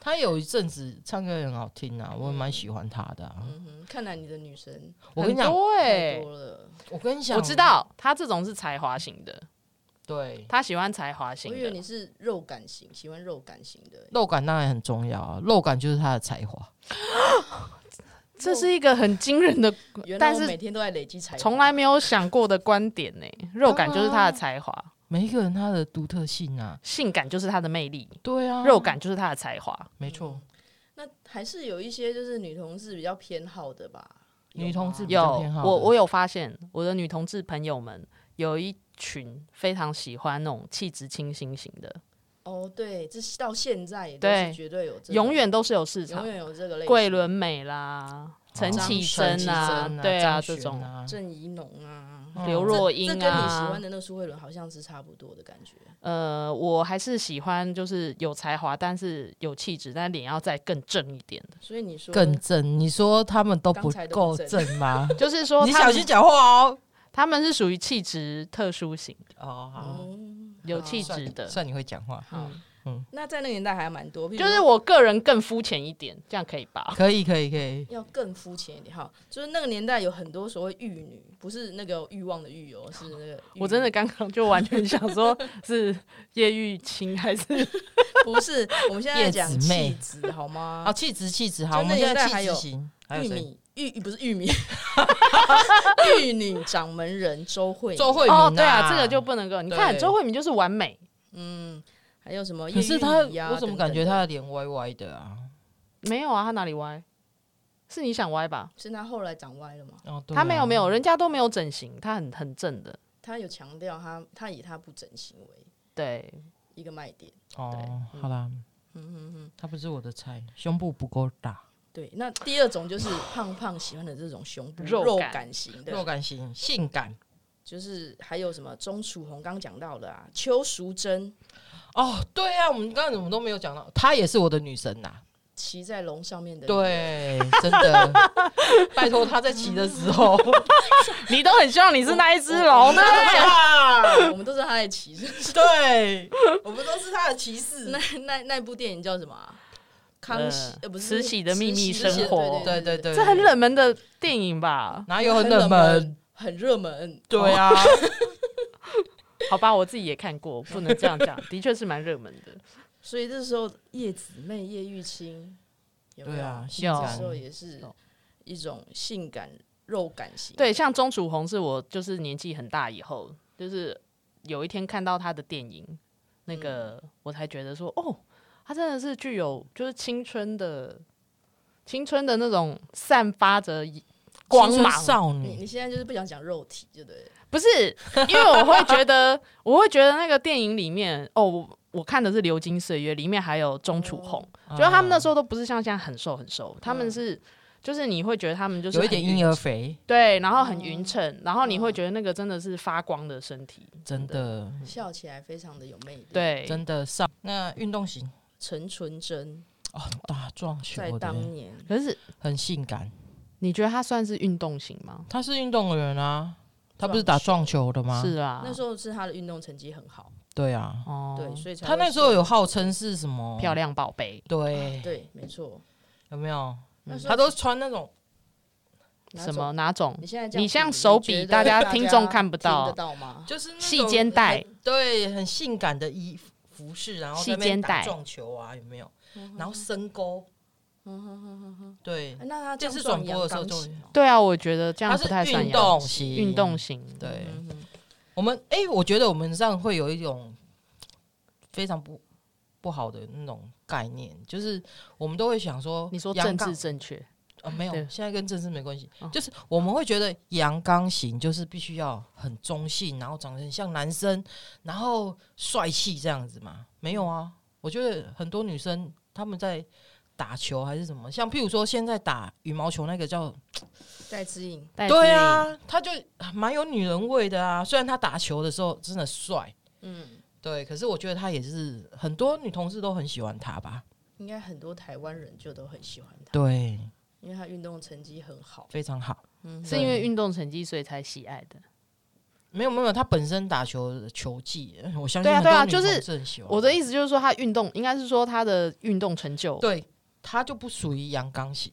Speaker 2: 他有一阵子唱歌也很好听啊，我也蛮喜欢他的、啊。
Speaker 5: 嗯哼，看来你的女神
Speaker 2: 我跟你讲
Speaker 4: 很，多
Speaker 5: 太
Speaker 4: 欸
Speaker 5: 多了。
Speaker 2: 我跟你讲，
Speaker 4: 我知，道他这种是才华型的，
Speaker 2: 对，
Speaker 4: 他喜欢才华型
Speaker 5: 我以为你
Speaker 4: 的，
Speaker 5: 是肉感型，喜欢肉感型的。
Speaker 2: 肉感当然很重要啊，肉感就是他的才华。
Speaker 4: 这是一个很惊人的，
Speaker 5: 原来
Speaker 4: 但
Speaker 5: 我
Speaker 4: 是
Speaker 5: 每天都在累积才华，
Speaker 4: 从来没有想过的观点呢、肉感就是他的才华，
Speaker 5: 啊
Speaker 2: 每一个人他的独特性啊，
Speaker 4: 性感就是他的魅力，
Speaker 2: 对
Speaker 5: 哦
Speaker 2: 啊，
Speaker 4: 肉感就是他的才华。
Speaker 2: 没错，
Speaker 5: 那还是有一些就是女同志比较偏好的吧。
Speaker 2: 女同志
Speaker 5: 有
Speaker 2: 比
Speaker 5: 吗
Speaker 2: 较
Speaker 4: 有
Speaker 2: 偏好的
Speaker 4: 我我有发现，我的女同志朋友们有一群非常喜欢那种气质清新型的，
Speaker 5: 哦，对，这是到现在也都
Speaker 4: 对
Speaker 5: 是绝对有这种，
Speaker 4: 永远都是有市
Speaker 5: 永
Speaker 4: 场。
Speaker 5: 远有这个类型。
Speaker 4: 桂纶镁啦，陈
Speaker 5: 张
Speaker 4: 绮
Speaker 2: 张绮
Speaker 4: 贞啊
Speaker 2: 贞，
Speaker 4: 对啊，
Speaker 2: 张
Speaker 4: 这
Speaker 2: 悬
Speaker 4: 种
Speaker 2: 啊
Speaker 5: 郑怡农啊，
Speaker 2: 嗯
Speaker 4: 刘若英
Speaker 5: 这跟你喜
Speaker 4: 啊
Speaker 5: 欢，的那个苏慧伦好像是差不多的感觉。
Speaker 4: 呃，我还是喜欢就是有才华，但是有气质，但脸要再更正一点的。
Speaker 5: 所以你说
Speaker 2: 更正，你说他们都不
Speaker 5: 刚才都
Speaker 2: 够
Speaker 5: 不正
Speaker 2: 正吗？
Speaker 4: 就是说，
Speaker 2: 你小心，讲话哦。
Speaker 4: 他们是属于气质特殊型，
Speaker 2: 哦，好，
Speaker 5: 哦，
Speaker 4: 有气
Speaker 5: 好
Speaker 4: 质的。
Speaker 2: 算你会嗯讲话。
Speaker 5: 好
Speaker 2: 嗯，
Speaker 5: 那在那个年代还蛮多，譬如
Speaker 4: 就是
Speaker 5: 说
Speaker 4: 我个人更肤浅一点，这样可以吧？
Speaker 2: 可以，可以，可以。
Speaker 5: 要更肤浅一点哈，就是那个年代有很多所谓玉女，不是那个欲望的欲哦，是那 个玉
Speaker 4: 我真的刚刚就完全想说，是叶玉卿还是
Speaker 5: 不是，我们现在在讲
Speaker 2: 叶子妹
Speaker 5: 气质好吗
Speaker 2: 啊，？气质，气质，好，我
Speaker 5: 就那
Speaker 2: 们现
Speaker 5: 年
Speaker 2: 在
Speaker 5: 代
Speaker 2: 气
Speaker 5: 还
Speaker 2: 质
Speaker 5: 有
Speaker 2: 型，还有
Speaker 5: 玉
Speaker 2: 谁？
Speaker 5: 米玉呃不是 玉米，玉女掌门人周慧，
Speaker 2: 周慧敏
Speaker 4: 哦，对啊，这个就不能够。你看
Speaker 2: 对
Speaker 4: 周慧敏就是完美，
Speaker 5: 嗯，还有什么叶
Speaker 2: 可
Speaker 5: 玉
Speaker 2: 是他，
Speaker 5: 仪啊
Speaker 2: 我怎么
Speaker 5: 等等
Speaker 2: 感觉
Speaker 5: 的
Speaker 2: 他的脸歪歪的啊？
Speaker 4: 没有啊，她哪里歪？是你想歪吧？
Speaker 5: 是他后来长歪了吗？
Speaker 2: 哦，对啊
Speaker 4: 她没有没有，人家都没有整形，她很很正的。
Speaker 5: 他有强调他他以他不整形为
Speaker 4: 对，
Speaker 5: 一个卖点。
Speaker 2: 哦，好啦，他不是我的菜，胸部不够大，
Speaker 5: 对，那第二种就是胖胖喜欢的这种胸部
Speaker 4: 肉
Speaker 5: 肉
Speaker 4: 感
Speaker 5: 感型的，
Speaker 2: 肉感型，性感。
Speaker 5: 就是还有什么钟楚红刚刚讲到的啊，邱淑贞
Speaker 2: 哦，对啊，我们刚刚怎么都没有讲到，她也是我的女神呐。
Speaker 5: 骑在龙上面的，，
Speaker 2: 对，真的，拜托她在骑的时候，
Speaker 4: 你都很希望你是那一只龙的。
Speaker 5: 我们都知道他在 骑。是不是
Speaker 2: 对，我们都是她的骑士
Speaker 5: 那那那部电影叫什么啊？康熙
Speaker 4: 呃
Speaker 5: 呃不是
Speaker 4: 慈禧的秘密
Speaker 5: 慈禧
Speaker 4: 生活
Speaker 2: 对对，对，
Speaker 4: 这很，冷门的电影吧？
Speaker 2: 哪有很冷门？，
Speaker 5: 很热门。哦
Speaker 2: 对啊，
Speaker 4: 好吧，我自己也看过，不能这样 讲，的确是蛮热门的。
Speaker 5: 所以这时候叶子妹、叶玉卿，有没
Speaker 2: 对
Speaker 5: 有？
Speaker 2: 啊，
Speaker 5: 这
Speaker 2: 性
Speaker 4: 有
Speaker 2: 感
Speaker 5: 时，候也是一种性感肉感型。
Speaker 4: 对，像钟楚红是我就是年纪很大以后，就是有一天看到她的电影，那个、
Speaker 2: 嗯
Speaker 4: 我才觉得说，哦，她真的是具有就是青春的青春的那种散发着光
Speaker 2: 青春
Speaker 4: 芒，
Speaker 2: 少
Speaker 5: 你
Speaker 2: 女
Speaker 5: 你现在就是不想讲肉体，对不对了？
Speaker 4: 不是，因为我会觉得，我会觉得那个电影里面，哦，我我看的是《流金岁月》，里面还有钟楚红，
Speaker 2: 啊，
Speaker 4: 觉嗯得他们那时候都不是像现在很瘦很瘦，他们是就是你会觉得他们就
Speaker 2: 嗯
Speaker 4: 是
Speaker 2: 有一点
Speaker 4: 很匀
Speaker 2: 婴儿嗯肥，
Speaker 4: 对，然后很匀称，然后你会觉得那个真的是发光的身体，
Speaker 2: 真的
Speaker 5: 笑起来非常的有魅力。，
Speaker 4: 对，
Speaker 2: 嗯真的少。那运动型
Speaker 5: 陈纯真
Speaker 2: 哦，打撞球
Speaker 5: 在
Speaker 2: 的
Speaker 5: 当年
Speaker 4: 可是
Speaker 2: 很性感，
Speaker 4: 你觉得他算是运动型吗？
Speaker 2: 他是运动员啊，他不是打
Speaker 5: 撞
Speaker 2: 撞球的吗？
Speaker 4: 是啊
Speaker 5: 那，时候是他的运动成绩很好，
Speaker 2: 对啊，
Speaker 4: 哦，
Speaker 5: 对，所以才
Speaker 2: 他
Speaker 5: 会
Speaker 2: 那时候有号称是什么
Speaker 4: 漂？亮啊宝贝，
Speaker 2: 对，
Speaker 5: 对，没错。
Speaker 2: 有没有？
Speaker 5: 那时候
Speaker 2: 他嗯都穿那种
Speaker 5: 哪
Speaker 4: 什
Speaker 5: 种
Speaker 4: 么哪种
Speaker 5: 你现在这样
Speaker 4: 你像
Speaker 5: 比
Speaker 4: 手
Speaker 5: 觉
Speaker 4: 比
Speaker 5: 得
Speaker 4: 大家听众看不
Speaker 5: 听
Speaker 4: 到
Speaker 5: 得到吗？
Speaker 2: 就是那种
Speaker 4: 细肩带
Speaker 2: 很，对，很性感的衣服服饰，然后在那
Speaker 4: 细
Speaker 2: 边
Speaker 4: 肩
Speaker 2: 打
Speaker 4: 带嗯
Speaker 2: 撞球啊，有没有？然后深沟，对，
Speaker 5: 哎那他这
Speaker 2: 电
Speaker 5: 样
Speaker 2: 视
Speaker 5: 算
Speaker 2: 转播的时候
Speaker 5: 阳刚
Speaker 2: 就
Speaker 5: 型哦
Speaker 4: 对啊，我觉得这样
Speaker 2: 它
Speaker 4: 不太
Speaker 2: 是
Speaker 4: 算
Speaker 2: 运
Speaker 4: 阳
Speaker 2: 动
Speaker 4: 性
Speaker 2: 型，
Speaker 4: 运动型，
Speaker 2: 对。
Speaker 5: 嗯哼
Speaker 2: 我们哎、我觉得我们这样会有一种非常不不好的那种概念，就是我们都会想说，
Speaker 4: 你说
Speaker 2: 阳
Speaker 4: 政
Speaker 2: 刚
Speaker 4: 治正确，
Speaker 2: 呃没有，
Speaker 4: 对
Speaker 2: 现在跟政治没关系，
Speaker 4: 哦
Speaker 2: 就是我们会觉得阳刚型就是必须要很中性，然后长得很像男生，然后帅气这样子嘛？没有啊，我觉得很多女生她们在打球还是什么，像譬如说现在打羽毛球那个叫
Speaker 5: 戴之颖，
Speaker 4: 戴
Speaker 2: 对
Speaker 4: 资
Speaker 2: 啊，他就蛮有女人味的啊。虽然他打球的时候真的帅，
Speaker 5: 嗯，
Speaker 2: 对，可是我觉得他也是很多女同事都很喜欢他吧？
Speaker 5: 应该很多台湾人就都很喜欢他，
Speaker 2: 对，
Speaker 5: 因为他运动成绩很好。
Speaker 2: 非常好。
Speaker 5: 嗯
Speaker 4: 颖
Speaker 5: 哼，
Speaker 4: 是因为运动成绩所以才喜爱的。没
Speaker 2: 没有没有，他本身打球的球技， 我相信
Speaker 4: 对啊
Speaker 2: 很多
Speaker 4: 对啊
Speaker 2: 女
Speaker 4: 就是
Speaker 2: 同事很喜欢
Speaker 4: 我的
Speaker 2: 他
Speaker 4: 意思就是说，他运动应该是说他的运动成就，
Speaker 2: 对，他就不属于阳刚型，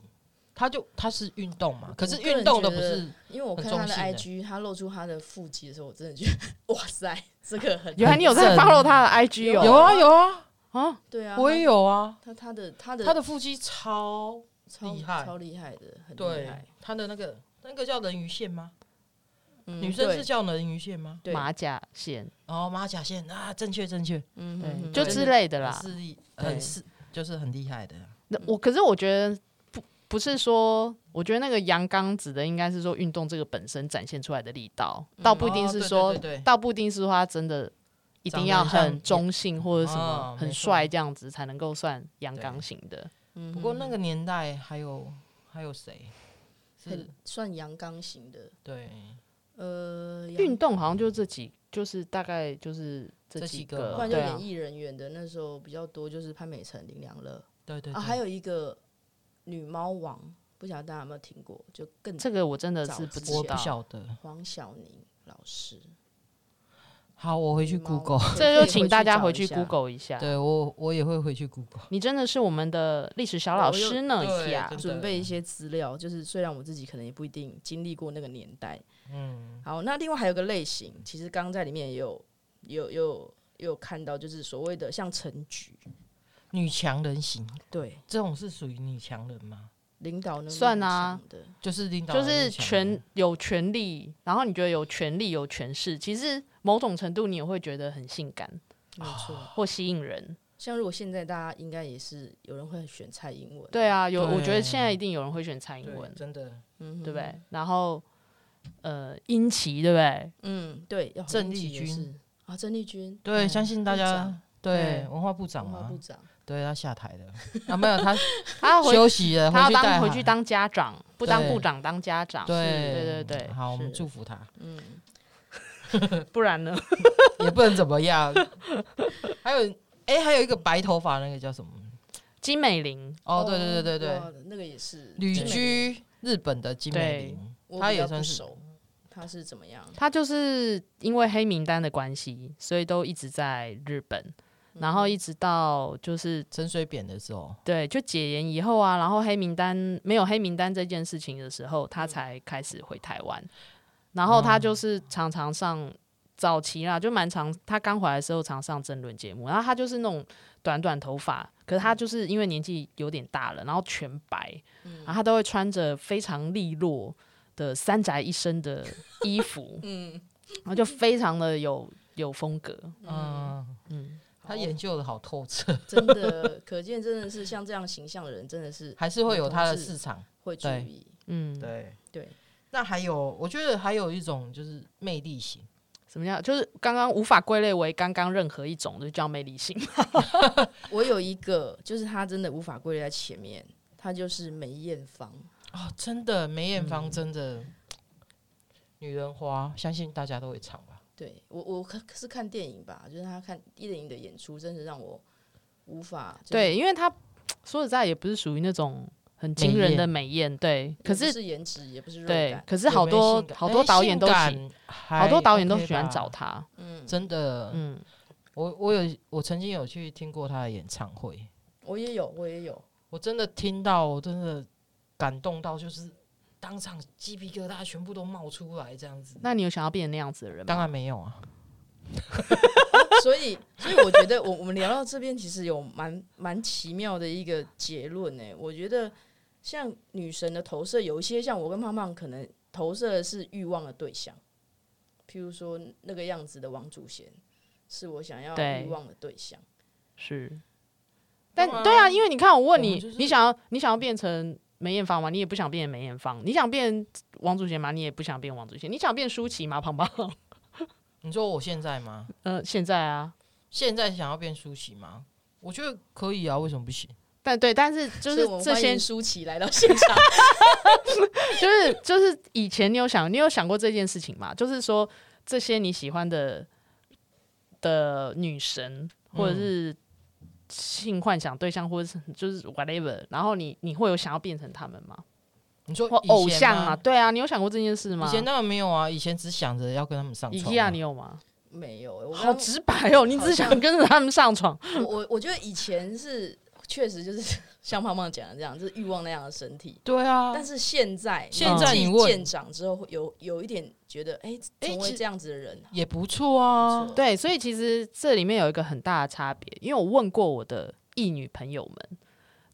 Speaker 2: 他就他是运动嘛，可是
Speaker 5: 个人
Speaker 2: 运动的
Speaker 5: 觉
Speaker 2: 不
Speaker 5: 得
Speaker 2: 是
Speaker 5: 因为我看
Speaker 2: 很
Speaker 5: 他
Speaker 2: 中
Speaker 5: 的
Speaker 2: 性欸的
Speaker 5: IG，他露出他的腹肌的时候，我真的觉得 哇塞，这 个很
Speaker 4: 原来你有在
Speaker 2: 很正
Speaker 4: follow 他的 IG 哦，
Speaker 2: 有啊有啊，
Speaker 4: 啊，
Speaker 5: 对啊，
Speaker 2: 我也有啊，
Speaker 5: 他他的他的
Speaker 2: 他的腹肌超
Speaker 5: 超
Speaker 2: 厉害
Speaker 5: 超厉害的，很厉
Speaker 2: 对
Speaker 5: 害。，
Speaker 2: 他的那个那个叫人鱼线吗？
Speaker 5: 嗯
Speaker 2: 女生
Speaker 5: 对
Speaker 2: 是叫人鱼线吗？
Speaker 5: 对，
Speaker 4: 马甲线，
Speaker 2: 哦，马甲线啊，正确正确，
Speaker 5: 嗯哼
Speaker 4: 对，
Speaker 5: 哼
Speaker 4: 就
Speaker 5: 对
Speaker 4: 之类的啦。
Speaker 2: 是一
Speaker 4: 对
Speaker 2: 很是就是很厉害的。
Speaker 4: 那我可是我觉得不不是说，我觉得那个阳刚指的应该是说运动这个本身展现出来的力道，倒不一定
Speaker 2: 哦
Speaker 4: 是
Speaker 2: 对
Speaker 4: 说
Speaker 2: 对，对对
Speaker 4: 倒不一定是说他真的一定要
Speaker 2: 长得很
Speaker 4: 很
Speaker 2: 像
Speaker 4: 中性或者什么
Speaker 2: 哦
Speaker 4: 很
Speaker 2: 没错
Speaker 4: 帅这样子才能够算阳刚型的。
Speaker 5: 嗯哼
Speaker 2: 不过那个年代还有还有谁是
Speaker 5: 很？算阳刚型的，
Speaker 2: 对，
Speaker 5: 呃，阳
Speaker 4: 运动好像就这几，就是大概就是这
Speaker 2: 这
Speaker 4: 几
Speaker 2: 几个
Speaker 4: 个
Speaker 5: 不，然就
Speaker 4: 对啊
Speaker 5: 演，艺人员的那时候比较多，就是潘美辰、林良乐
Speaker 2: 对对
Speaker 5: 啊，
Speaker 2: 对
Speaker 5: 还有一个女猫王，不晓得大家有没有听过，就更
Speaker 4: 这个我真的是不
Speaker 5: 早之
Speaker 4: 知
Speaker 5: 前
Speaker 2: 我不
Speaker 4: 道。
Speaker 2: 晓得。
Speaker 5: 黄晓宁老师。
Speaker 2: 好，我回去
Speaker 5: 女猫
Speaker 2: Google。
Speaker 5: 对
Speaker 4: 这就
Speaker 5: 可以
Speaker 4: 请大家回
Speaker 5: 找
Speaker 4: 去
Speaker 5: 一下
Speaker 4: Google 一下。
Speaker 2: 对我我也会回去 Google。
Speaker 4: 你真的是我们的历史小老
Speaker 5: 我又
Speaker 4: 师呢，
Speaker 2: 对
Speaker 4: 呀
Speaker 2: 真的
Speaker 5: 准备一些资料，就是虽然我自己可能也不一定经历过那个年代。
Speaker 2: 嗯，
Speaker 5: 好，那另外还有个类型，其实刚刚在里面也有有有有看到，就是所谓的像陈菊，
Speaker 2: 女强人型
Speaker 5: 对，
Speaker 2: 这种是属于女强人吗？
Speaker 5: 领导能力
Speaker 4: 算
Speaker 5: 很
Speaker 4: 啊
Speaker 5: 强的，
Speaker 2: 就是领导
Speaker 4: 就
Speaker 2: 人
Speaker 4: 是
Speaker 2: 女强
Speaker 4: 权
Speaker 2: 人
Speaker 4: 有权利，然后你觉得有权利有权势，其实某种程度你也会觉得很性感
Speaker 5: 没错。
Speaker 2: 哦
Speaker 4: 或吸引人。
Speaker 5: 像如果现在大家应该也是有人会选蔡英文，
Speaker 4: 对啊，有
Speaker 2: 对
Speaker 4: 我觉得现在一定有人会选蔡英文
Speaker 2: 对，，真的
Speaker 5: 嗯哼
Speaker 4: 对不对？？然后呃，英奇对不对？
Speaker 5: 嗯，对，要
Speaker 2: 郑
Speaker 5: 英
Speaker 2: 丽
Speaker 5: 吉也
Speaker 2: 君
Speaker 5: 是啊，郑丽君，
Speaker 2: 对，
Speaker 5: 嗯
Speaker 2: 相信大
Speaker 5: 部
Speaker 2: 家啊
Speaker 5: 长
Speaker 2: 对
Speaker 4: 对
Speaker 2: 文化部长
Speaker 5: 文化
Speaker 2: 嘛
Speaker 5: 部，长，
Speaker 2: 对他下台 了啊，没有他
Speaker 4: 他要 回
Speaker 2: 休息了，
Speaker 4: 他要
Speaker 2: 去带
Speaker 4: 当
Speaker 2: 孩
Speaker 4: 回去当家长，不当
Speaker 2: 对
Speaker 4: 部长当家长，嗯
Speaker 2: 对
Speaker 4: 对对对
Speaker 2: 好，我们
Speaker 5: 是
Speaker 2: 祝福他，
Speaker 5: 嗯，
Speaker 4: 不然呢？
Speaker 2: 也不能怎么 样。还有，哎、还有一个白头发那个叫什么？
Speaker 4: 金美玲，
Speaker 2: 哦，对对对对对，
Speaker 5: 哇，那个也是
Speaker 2: 旅
Speaker 5: 真的
Speaker 2: 居日本的金美玲，
Speaker 5: 我
Speaker 2: 她
Speaker 5: 比
Speaker 2: 也
Speaker 5: 较不
Speaker 2: 算是
Speaker 5: 熟，他是怎么样？，
Speaker 4: 她就是因为黑名单的关系，所以都一直在日本，然后一直到就是
Speaker 2: 陈水扁的时候，
Speaker 4: 对，就解严以后啊，然后黑名单没有黑名单这件事情的时候，他才开始回台湾。然后他就是常常上早期啦，就蛮常他刚回来的时候常上争论节目。然后他就是那种短短头发，可是他就是因为年纪有点大了，然后全白，然后他都会穿着非常利落的三宅一生的衣服
Speaker 5: 嗯，
Speaker 4: 然后就非常的有有风格。
Speaker 2: 嗯，
Speaker 4: 嗯，
Speaker 2: 他研究的好透彻，
Speaker 5: 真的，可见真的是像这样形象的人，真的是
Speaker 2: 还是会有他的
Speaker 5: 女同志
Speaker 2: 市场。
Speaker 5: 会注
Speaker 2: 对
Speaker 5: 意。
Speaker 4: 嗯，
Speaker 2: 对，
Speaker 5: 对，
Speaker 2: 那还有，我觉得还有一种就是魅力型，
Speaker 4: 什么叫就是刚刚无法归类为刚刚任何一种，就叫魅力型。
Speaker 5: 我有一个，就是他真的无法归类在前面，他就是梅艳芳。
Speaker 2: 哦，真的梅艳芳
Speaker 4: 嗯
Speaker 2: 真的、女人花，相信大家都会唱吧。
Speaker 5: 对我，我可是看电影吧，就是他看一零一的演出，真是让我无法。就是
Speaker 4: 对，，因为他说实在也不是属于那种很惊人的美艳，对。可
Speaker 5: 也
Speaker 4: 是
Speaker 5: 不是颜值，也不是肉
Speaker 4: 对
Speaker 5: 感，，
Speaker 4: 可是好多
Speaker 2: 有没有性感
Speaker 4: 好多导演都
Speaker 2: 哎
Speaker 4: 喜，
Speaker 2: 性感还
Speaker 4: 好多导演都
Speaker 2: OK
Speaker 4: 喜欢
Speaker 2: 吧
Speaker 4: 找他。
Speaker 5: 嗯，
Speaker 2: 真的，
Speaker 4: 嗯，
Speaker 2: 我我有我曾经有去听过他的演唱会，
Speaker 5: 我也有，我也有，
Speaker 2: 我真的听到，我真的感动到，就是当场鸡皮疙瘩全部都冒出来这样子。
Speaker 4: 那你有想要变成那样子的人吗？
Speaker 2: 当然没有啊，
Speaker 5: 所以，所以我觉得我我们聊到这边，其实有蛮蛮奇妙的一个结论呢、我觉得像女神的投射，有一些像我跟胖胖可能投射的是欲望的对象，譬如说那个样子的王祖贤，是我想要
Speaker 4: 对
Speaker 5: 欲望的对象。
Speaker 4: 是，但
Speaker 2: 当然
Speaker 4: 对啊，因为你看，我问
Speaker 2: 我
Speaker 4: 你，
Speaker 2: 们就是
Speaker 4: 你想要你想要变成梅艳芳吗？你也不想变梅艳芳。你想变王祖贤吗？你也不想变王祖贤。你想变舒淇吗？ 胖胖？
Speaker 2: 你说我现在吗？
Speaker 4: 呃，现在啊，
Speaker 2: 现在想要变舒淇吗？我觉得可以啊，为什么不行？
Speaker 4: 但对，但是就
Speaker 5: 所以
Speaker 4: 是
Speaker 5: 我们
Speaker 4: 这
Speaker 5: 欢
Speaker 4: 些
Speaker 5: 迎，舒淇来到现 场，
Speaker 4: 就是就是以前你有想，你有想过这件事情吗？就是说这些你喜欢的的女神，或者
Speaker 2: 嗯
Speaker 4: 是性幻想对象，或者是就是 whatever，然后你你会有想要变成他们吗？
Speaker 2: 你说
Speaker 4: 或
Speaker 2: 以前
Speaker 4: 偶像
Speaker 2: 吗
Speaker 4: 啊？对啊，你有想过这件事吗？
Speaker 2: 以前当然没有啊，以前只想着要跟他们上
Speaker 4: 以
Speaker 2: 床、啊
Speaker 4: 下你有吗？
Speaker 5: 没有、欸，我
Speaker 4: 好
Speaker 5: 刚
Speaker 4: 直白哦，你只想跟着他们上床，
Speaker 5: 我我我觉得以前是确实就是像胖胖讲的这样，就是欲望那样的身体。
Speaker 2: 对啊，
Speaker 5: 但是现在
Speaker 2: 现在
Speaker 5: 年纪
Speaker 2: 你问
Speaker 5: 渐长之后，会有有一点觉得，哎、
Speaker 2: 哎
Speaker 5: 成为
Speaker 2: 其
Speaker 5: 这样子的人、
Speaker 2: 也不错啊
Speaker 5: 不。错
Speaker 4: 对，所以其实这里面有一个很大的差别，因为我问过我的异女朋友们，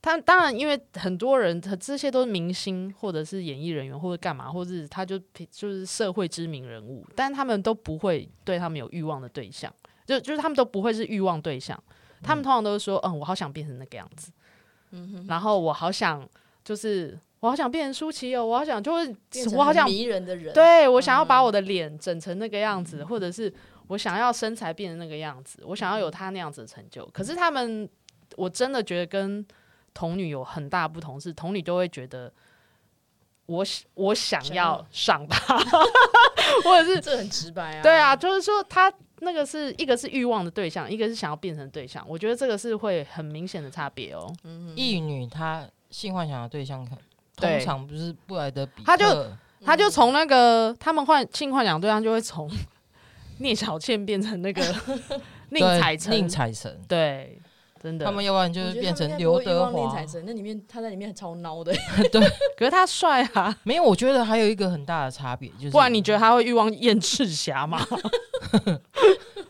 Speaker 4: 他当然因为很多人，他这些都是明星或者是演艺人员或者干嘛，或者是他就就是社会知名人物，但他们都不会对他们有欲望的对象，就就是他们都不会是欲望对象，
Speaker 5: 嗯
Speaker 4: 他们通常都是说，嗯，我好想变成那个样子，
Speaker 5: 嗯
Speaker 4: 然后我好想就是。我好想变成舒淇哦！我好想就是
Speaker 5: 变成
Speaker 4: 我好
Speaker 5: 很
Speaker 4: 想
Speaker 5: 迷人的人，，
Speaker 4: 对我想要把我的脸整成那个样子，或者是我想要身材变成那个样子，我想要有他那样子的成就。可是他们，我真的觉得跟童女有很大不同，是童女都会觉得我喜我想
Speaker 5: 想
Speaker 4: 要
Speaker 5: 要
Speaker 4: 上他， 或者是
Speaker 5: 这很直白啊。
Speaker 4: 对啊，，就是说他那个是一个是欲望的对象，一个是想要变成对象。我觉得这个是会很明显的差别哦。
Speaker 5: 嗯
Speaker 2: 异女她性幻想的对象，
Speaker 4: 对
Speaker 2: 通常不是布莱德比特，
Speaker 4: 她就他就从那个他们幻性幻想对象就会从 聂小倩变 成那个宁
Speaker 2: 对
Speaker 4: 采臣，
Speaker 2: 宁采臣，
Speaker 4: 对，真的。
Speaker 2: 他们要不然就
Speaker 5: 我
Speaker 2: 是
Speaker 5: 觉得
Speaker 2: 变
Speaker 5: 他们
Speaker 2: 成刘
Speaker 5: 应该不会欲
Speaker 2: 德
Speaker 5: 望恋
Speaker 2: 华
Speaker 5: 财。神，那里面他在里面超孬的，
Speaker 4: 可是他帅啊，
Speaker 2: 没有，我觉得还有一个很大的差别就是，
Speaker 4: 不然你觉得他会欲望燕赤霞吗？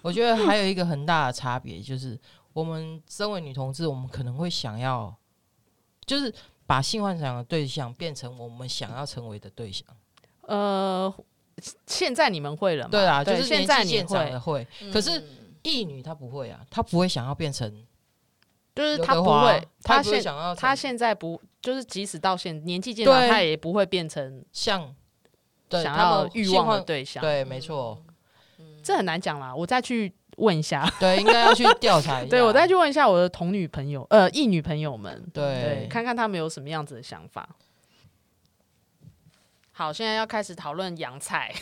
Speaker 2: 我觉得还有一个很大的差别就是，我们身为女同志，我们可能会想要，就是把性幻想的对象变成我们想要成为的对象。
Speaker 4: 呃，现在你们会了吗？
Speaker 2: 对啊，就
Speaker 4: 对
Speaker 2: 是
Speaker 4: 现
Speaker 2: 年纪
Speaker 4: 在你
Speaker 2: 渐长
Speaker 4: 会嗯
Speaker 2: 的，会， 可
Speaker 5: 嗯
Speaker 2: 是异女她不会啊，她不会想要变成
Speaker 4: 就是
Speaker 2: 刘
Speaker 4: 他
Speaker 2: 德
Speaker 4: 不
Speaker 2: 华啊，
Speaker 4: 会，
Speaker 2: 她
Speaker 4: 他
Speaker 2: 也不会
Speaker 4: 现
Speaker 2: 想要
Speaker 4: 他
Speaker 2: 她
Speaker 4: 现在不就是即使到现年纪渐长，
Speaker 2: 对
Speaker 4: 他也不会变成
Speaker 2: 像对
Speaker 4: 想
Speaker 2: 他
Speaker 4: 要
Speaker 2: 们
Speaker 4: 欲
Speaker 2: 性
Speaker 4: 望
Speaker 2: 幻
Speaker 4: 的对象。
Speaker 2: 对，没错，
Speaker 4: 这很难讲啦，我再去问一下。
Speaker 2: 对，应啊该要去调查一下。
Speaker 4: 对我再去问一下我的同女朋友，呃，异女朋友们，对，
Speaker 2: 对
Speaker 4: 看看他们有什么样子的想法。好，现在要开始讨论洋 菜。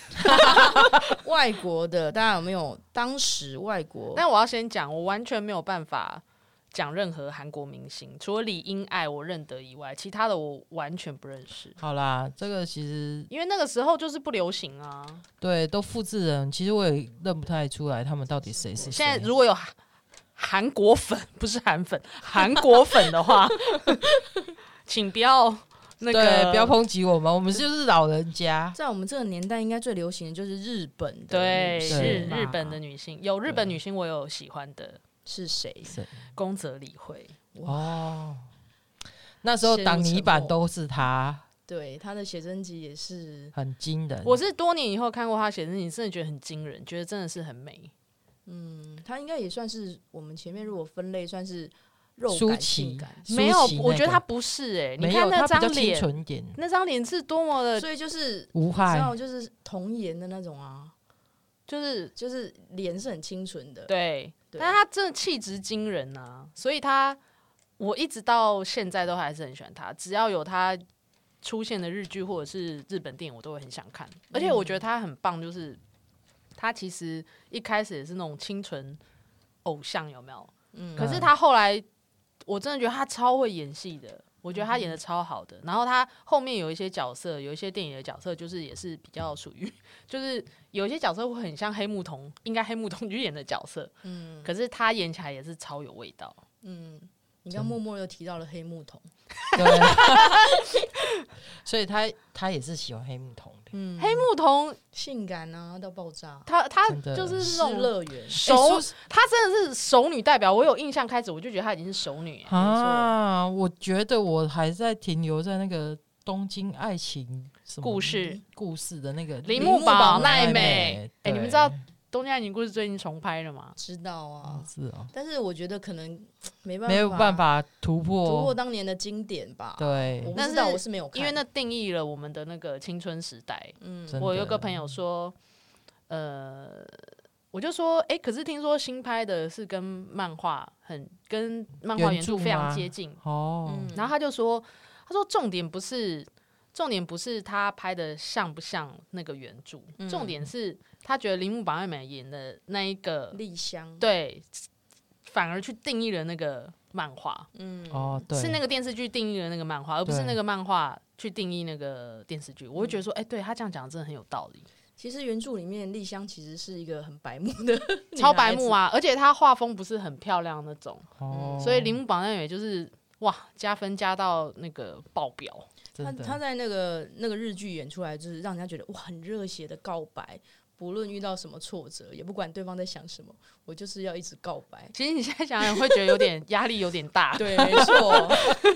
Speaker 5: 外国的，大家有没有当时外国？
Speaker 4: 但我要先讲，我完全没有办法讲任何韩国明星，除了李英爱我认得以外，其他的我完全不认识。
Speaker 2: 好啦，这个其实
Speaker 4: 因为那个时候就是不流行啊。
Speaker 2: 对，都复制人，其实我也认不太出来他们到底谁是谁。
Speaker 4: 现在如果有韩韩国粉，不是韩粉，韩国粉的 话，请不要那个
Speaker 2: 对，不要抨击我们，我们就是老人家。
Speaker 5: 在我们这个年代，应该最流行的就是日本的，
Speaker 4: 对，
Speaker 2: 女
Speaker 4: 是
Speaker 2: 性
Speaker 4: 日本的
Speaker 5: 女
Speaker 4: 女性，有日本
Speaker 2: 对
Speaker 4: 女性我有喜欢的，
Speaker 5: 是谁？
Speaker 4: 宫泽理惠。
Speaker 2: 哦，那时候挡泥板都是他，
Speaker 5: 对，他的写真集也是，
Speaker 2: 很惊人。
Speaker 4: 我是多年以后看过她写真，你真的觉得很惊人，觉得真的是很美。
Speaker 5: 嗯，他应该也算是我们前面如果分类算是肉
Speaker 2: 舒
Speaker 5: 感
Speaker 2: 淇
Speaker 5: 性感，
Speaker 2: 舒淇
Speaker 4: 没有
Speaker 2: 那，个
Speaker 4: 我觉得她不是哎、你
Speaker 2: 没
Speaker 4: 看
Speaker 2: 有
Speaker 4: 那
Speaker 2: 他比较
Speaker 4: 张
Speaker 2: 清
Speaker 4: 脸，
Speaker 2: 纯一点，
Speaker 4: 那张脸是多么的，
Speaker 5: 所以就是
Speaker 2: 无
Speaker 5: 你知
Speaker 2: 害。
Speaker 5: 道就是童颜的那种啊，
Speaker 4: 就是
Speaker 5: 就是脸是很清纯的，
Speaker 4: 对，
Speaker 5: 对
Speaker 4: 但是她真的气质惊人啊，所以她我一直到现在都还是很喜欢她，只要有她出现的日剧或者是日本电影，我都会很想看。而且我
Speaker 2: 嗯
Speaker 4: 觉得她很棒，就是她其实一开始也是那种清纯偶像，有没有？
Speaker 5: 嗯
Speaker 4: 可是她后来，我真的觉得她超会演戏的。我觉得她演的超好
Speaker 5: 嗯
Speaker 4: 的，然后她后面有一些角色，有一些电影的角色，就是也是比较属于， 就是有一些角色会很像黑木瞳，应该黑木瞳去演的角色，
Speaker 5: 嗯
Speaker 4: 可是他演起来也是超有味道。
Speaker 5: 嗯，你刚默默又提到了黑木瞳，
Speaker 2: 对， 所以他他也是喜欢黑木桶的。
Speaker 5: 嗯，
Speaker 4: 黑木瞳，
Speaker 5: 性感啊到爆炸，
Speaker 4: 她她
Speaker 2: 真的
Speaker 4: 就是啊
Speaker 5: 是
Speaker 4: 那种
Speaker 5: 乐园，
Speaker 4: 熟，她真的是熟女代表。我有印象开始，我就觉得她已经是熟女了。
Speaker 2: 啊，我觉得我还在停留在那个东京爱情什么
Speaker 4: 故事
Speaker 2: 故事的那个
Speaker 4: 铃
Speaker 5: 木
Speaker 4: 木
Speaker 5: 保
Speaker 4: 保
Speaker 5: 奈
Speaker 4: 奈
Speaker 5: 美
Speaker 4: 美，哎，
Speaker 2: 对
Speaker 4: 你们知道《东京爱情故事》最近重拍了吗？
Speaker 5: 知道
Speaker 2: 哦，
Speaker 5: 啊
Speaker 4: 嗯
Speaker 2: 是哦，
Speaker 5: 但是我觉得可能没办法，
Speaker 2: 没有办法突破，
Speaker 5: 突破当年的经典吧。我
Speaker 2: 对，
Speaker 5: 不
Speaker 4: 但
Speaker 5: 知道，
Speaker 4: 是
Speaker 5: 我是没有看，
Speaker 4: 因为那定义了我们的那个青春时代。
Speaker 5: 嗯
Speaker 2: 真的
Speaker 4: 我有个朋友说，呃，我就说，哎、可是听说新拍的是跟漫画很跟漫画
Speaker 2: 原
Speaker 4: 原著
Speaker 2: 著
Speaker 4: 非常
Speaker 2: 吗
Speaker 4: 接近，
Speaker 2: 哦，
Speaker 5: 嗯
Speaker 4: 然后他就说，他说重点不是重点不是他拍的像不像那个原著，
Speaker 5: 嗯
Speaker 4: 重点是他觉得铃木保奈美演的那一个
Speaker 5: 丽香，
Speaker 4: 对，反而去定义了那个漫画，
Speaker 5: 嗯，
Speaker 2: 哦，对，
Speaker 4: 是那个电视剧定义了那个漫画，而不是
Speaker 2: 对嗯
Speaker 4: 那个漫画去定义那个电视剧。我会觉得说，哎、对他这样讲真的很有道理。
Speaker 5: 其实原著里面丽香其实是一个很白目的女
Speaker 4: 超白目
Speaker 5: 孩
Speaker 4: 啊，而且她画风不是很漂亮那种，
Speaker 2: 哦，
Speaker 4: 所以铃木保奈美就是哇加分加到那个爆表，。
Speaker 5: 子。她
Speaker 2: 真的
Speaker 5: 她在那个那个日剧演出来，就是让人家觉得哇很热血的告白，不论遇到什么挫折，也不管对方在想什么，我就是要一直告白
Speaker 4: 其实你现在想 想会觉得有点压力有点 大，
Speaker 5: 对，没错。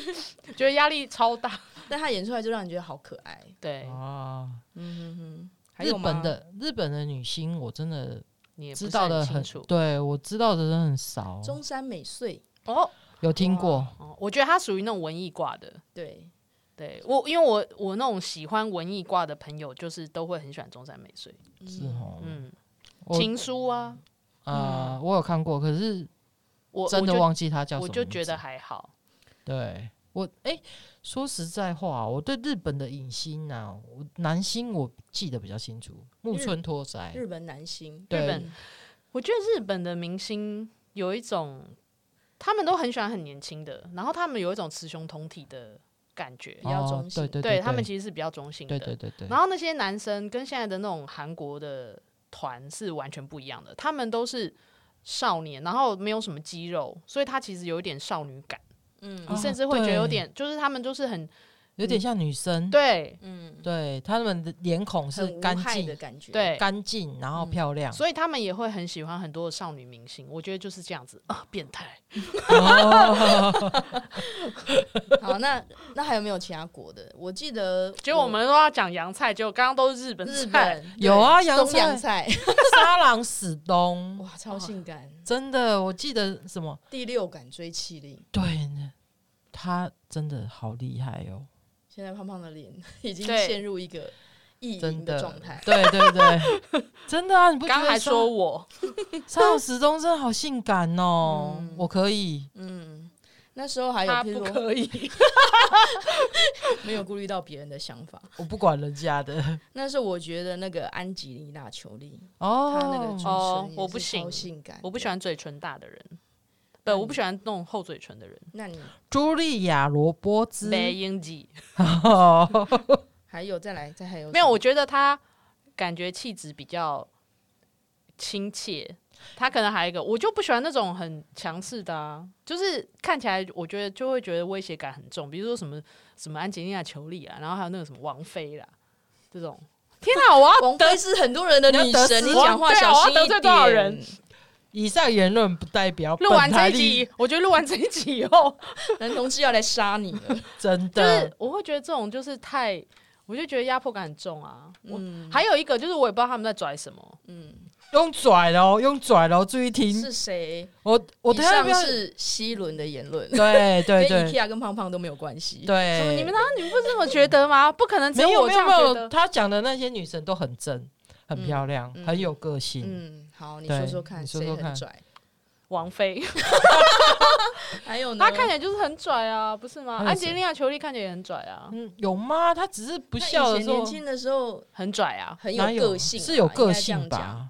Speaker 4: 觉得压力超大。
Speaker 5: 但她演出来就让人觉得好可爱。
Speaker 4: 对，
Speaker 2: 啊，
Speaker 5: 嗯哼哼，还
Speaker 2: 日
Speaker 5: 有吗
Speaker 2: 本的日本的女星，我真的
Speaker 4: 你也不是
Speaker 2: 知道的
Speaker 4: 很
Speaker 2: 很
Speaker 4: 清，楚
Speaker 2: 对我知道的人很少，
Speaker 5: 中山美穗，
Speaker 4: 哦
Speaker 2: 有听过
Speaker 4: 哦。我觉得她属于那种文艺挂的，
Speaker 5: 对，
Speaker 4: 对我因为我我那种喜欢文艺挂的朋友，就是都会很喜欢中山美穗，
Speaker 2: 是哦，
Speaker 4: 嗯，
Speaker 2: 我
Speaker 4: 情书啊，
Speaker 2: 啊，我有看过，可是
Speaker 4: 我
Speaker 2: 真的忘记她叫什
Speaker 4: 我
Speaker 2: 么
Speaker 4: 就我
Speaker 2: 名字，
Speaker 4: 就觉得还好，
Speaker 2: 对我哎、说实在话，我对日本的影星啊，我男星我记得比较清楚，木
Speaker 5: 日
Speaker 2: 村拓哉，
Speaker 5: 日本男星，
Speaker 2: 对
Speaker 4: 本我觉得日本的明星有一种，他们都很喜欢很年轻的，然后他们有一种雌雄同体的感觉，
Speaker 5: 比较
Speaker 2: 哦
Speaker 5: 中性
Speaker 2: 对对
Speaker 4: 对
Speaker 2: 对
Speaker 4: 他们
Speaker 2: 对
Speaker 4: 其实是比较中性的。
Speaker 2: 对对对对，
Speaker 4: 然后那些男生跟现在的那种韩国的团是完全不一样的，他们都是少年，然后没有什么肌肉，所以他其实有一点少女感，
Speaker 5: 嗯
Speaker 4: 你
Speaker 2: 哦
Speaker 4: 甚至会觉得有
Speaker 2: 对
Speaker 4: 点，就是他们就是很
Speaker 2: 有点像女生，
Speaker 4: 嗯对
Speaker 5: 嗯，
Speaker 2: 对，他们的脸孔是
Speaker 5: 很无
Speaker 2: 干
Speaker 5: 害
Speaker 2: 净、
Speaker 5: 的感觉。
Speaker 4: 对。
Speaker 2: 干净，然后
Speaker 5: 嗯
Speaker 2: 漂亮，
Speaker 4: 所以他们也会很喜欢很多的少女明星，我觉得就是这样子啊，变态。
Speaker 5: 好，那那还有没有其他国的？我 记得，
Speaker 4: 结果我们都要讲洋菜，结果刚刚都是日本
Speaker 5: 日
Speaker 4: 菜
Speaker 5: 本
Speaker 2: 有啊
Speaker 5: 对
Speaker 2: 洋
Speaker 5: 东洋菜，
Speaker 2: 沙朗史东，
Speaker 5: 哇，超性感，
Speaker 2: 真的，我记得什么？
Speaker 5: 第六感追气力。
Speaker 2: 对，他真的好厉害哦，
Speaker 5: 现在胖胖的脸 已经
Speaker 4: 对
Speaker 5: 陷入一个意淫
Speaker 2: 真
Speaker 5: 的
Speaker 2: 的
Speaker 5: 状态。
Speaker 2: 对对对， 真的啊，你不觉
Speaker 4: 刚
Speaker 2: 得
Speaker 4: 还
Speaker 2: 沙
Speaker 4: 说我，
Speaker 2: 沙朗史东真的好性感哦，
Speaker 5: 嗯
Speaker 2: 我可以。
Speaker 5: 嗯，那时候还有
Speaker 4: 他
Speaker 5: 譬
Speaker 4: 不
Speaker 5: 如说
Speaker 4: 可以。
Speaker 5: 没有顾虑到别人的想法。
Speaker 2: 我不管人家的
Speaker 5: 那时候我觉得那个安吉丽娜·裘丽，
Speaker 2: 哦
Speaker 5: 她那个主持
Speaker 4: 哦
Speaker 5: 人
Speaker 4: 我
Speaker 5: 也
Speaker 4: 不
Speaker 5: 是超
Speaker 4: 行
Speaker 5: 性感，
Speaker 4: 我不喜。欢嘴唇大的人，不，
Speaker 5: 那
Speaker 4: 我
Speaker 5: 你
Speaker 4: 不喜欢那种厚嘴唇的人。
Speaker 5: 那你
Speaker 2: 茱莉亚·罗伯兹，
Speaker 4: 没英记，
Speaker 2: 哦，
Speaker 5: 还有再来再还有
Speaker 4: 没有，
Speaker 5: 什么
Speaker 4: 我觉得他感觉气质比较亲切。他可能还有一个，我就不喜欢那种很强势的啊，就是看起来我觉得就会觉得威胁感很重，比如说什么什么安吉丽娜·裘丽啊，然后还有那个什么王菲啦，这种。天哪，我要
Speaker 5: 王菲是很多人的女
Speaker 2: 你要得
Speaker 5: 神，
Speaker 2: 罪
Speaker 5: 你讲话小心一
Speaker 4: 对啊我要得
Speaker 5: 点。
Speaker 4: 罪多少人
Speaker 2: 以上言论不代表
Speaker 4: 录完
Speaker 2: 本台
Speaker 4: 这一
Speaker 2: 立
Speaker 4: 集，我觉得录完这一集以 后，
Speaker 5: 男同志要来杀你了。
Speaker 2: 真
Speaker 4: 就
Speaker 2: 的
Speaker 4: 是我会觉得这种就是太，我就觉得压迫感很重啊。我
Speaker 5: 嗯，
Speaker 4: 还有一个就是我也不知道他们在拽什么，
Speaker 5: 嗯，
Speaker 2: 用拽了哦，用拽了哦，注意听，
Speaker 5: 是谁？
Speaker 2: 我我
Speaker 5: 以
Speaker 2: 等一下要
Speaker 5: 上
Speaker 2: 不要？
Speaker 5: 是西伦的言论，
Speaker 2: 对对
Speaker 5: 跟
Speaker 2: 对
Speaker 5: IKEA 跟胖胖都没有关系。
Speaker 4: 什么你
Speaker 2: 对
Speaker 4: 们，啊那你们不是这么觉得吗？不可能只
Speaker 2: 哎没有
Speaker 4: 我
Speaker 2: 没
Speaker 4: 这
Speaker 2: 有
Speaker 4: 样
Speaker 2: 没
Speaker 4: 觉
Speaker 2: 有，
Speaker 4: 得。
Speaker 2: 他讲的那些女神都很正，很
Speaker 5: 嗯
Speaker 2: 漂亮，
Speaker 5: 嗯
Speaker 2: 很有个性。
Speaker 5: 嗯，好，你
Speaker 2: 对
Speaker 5: 说说看，
Speaker 2: 你说说
Speaker 5: 谁很
Speaker 2: 看
Speaker 5: 拽？
Speaker 4: 王菲，
Speaker 5: 还有呢？
Speaker 4: 她看起来就是很拽啊，不是吗？
Speaker 2: 还有谁
Speaker 4: 安吉丽娜·裘丽看起来也很拽啊，
Speaker 2: 嗯，有吗？他只是不
Speaker 5: 那以
Speaker 2: 笑的
Speaker 5: 前
Speaker 2: 时候
Speaker 5: 年，轻的时候
Speaker 4: 很拽 啊。
Speaker 5: 很
Speaker 2: 哪
Speaker 5: 个性啊，
Speaker 2: 是有个
Speaker 5: 应
Speaker 2: 性
Speaker 5: 该这样
Speaker 2: 吧？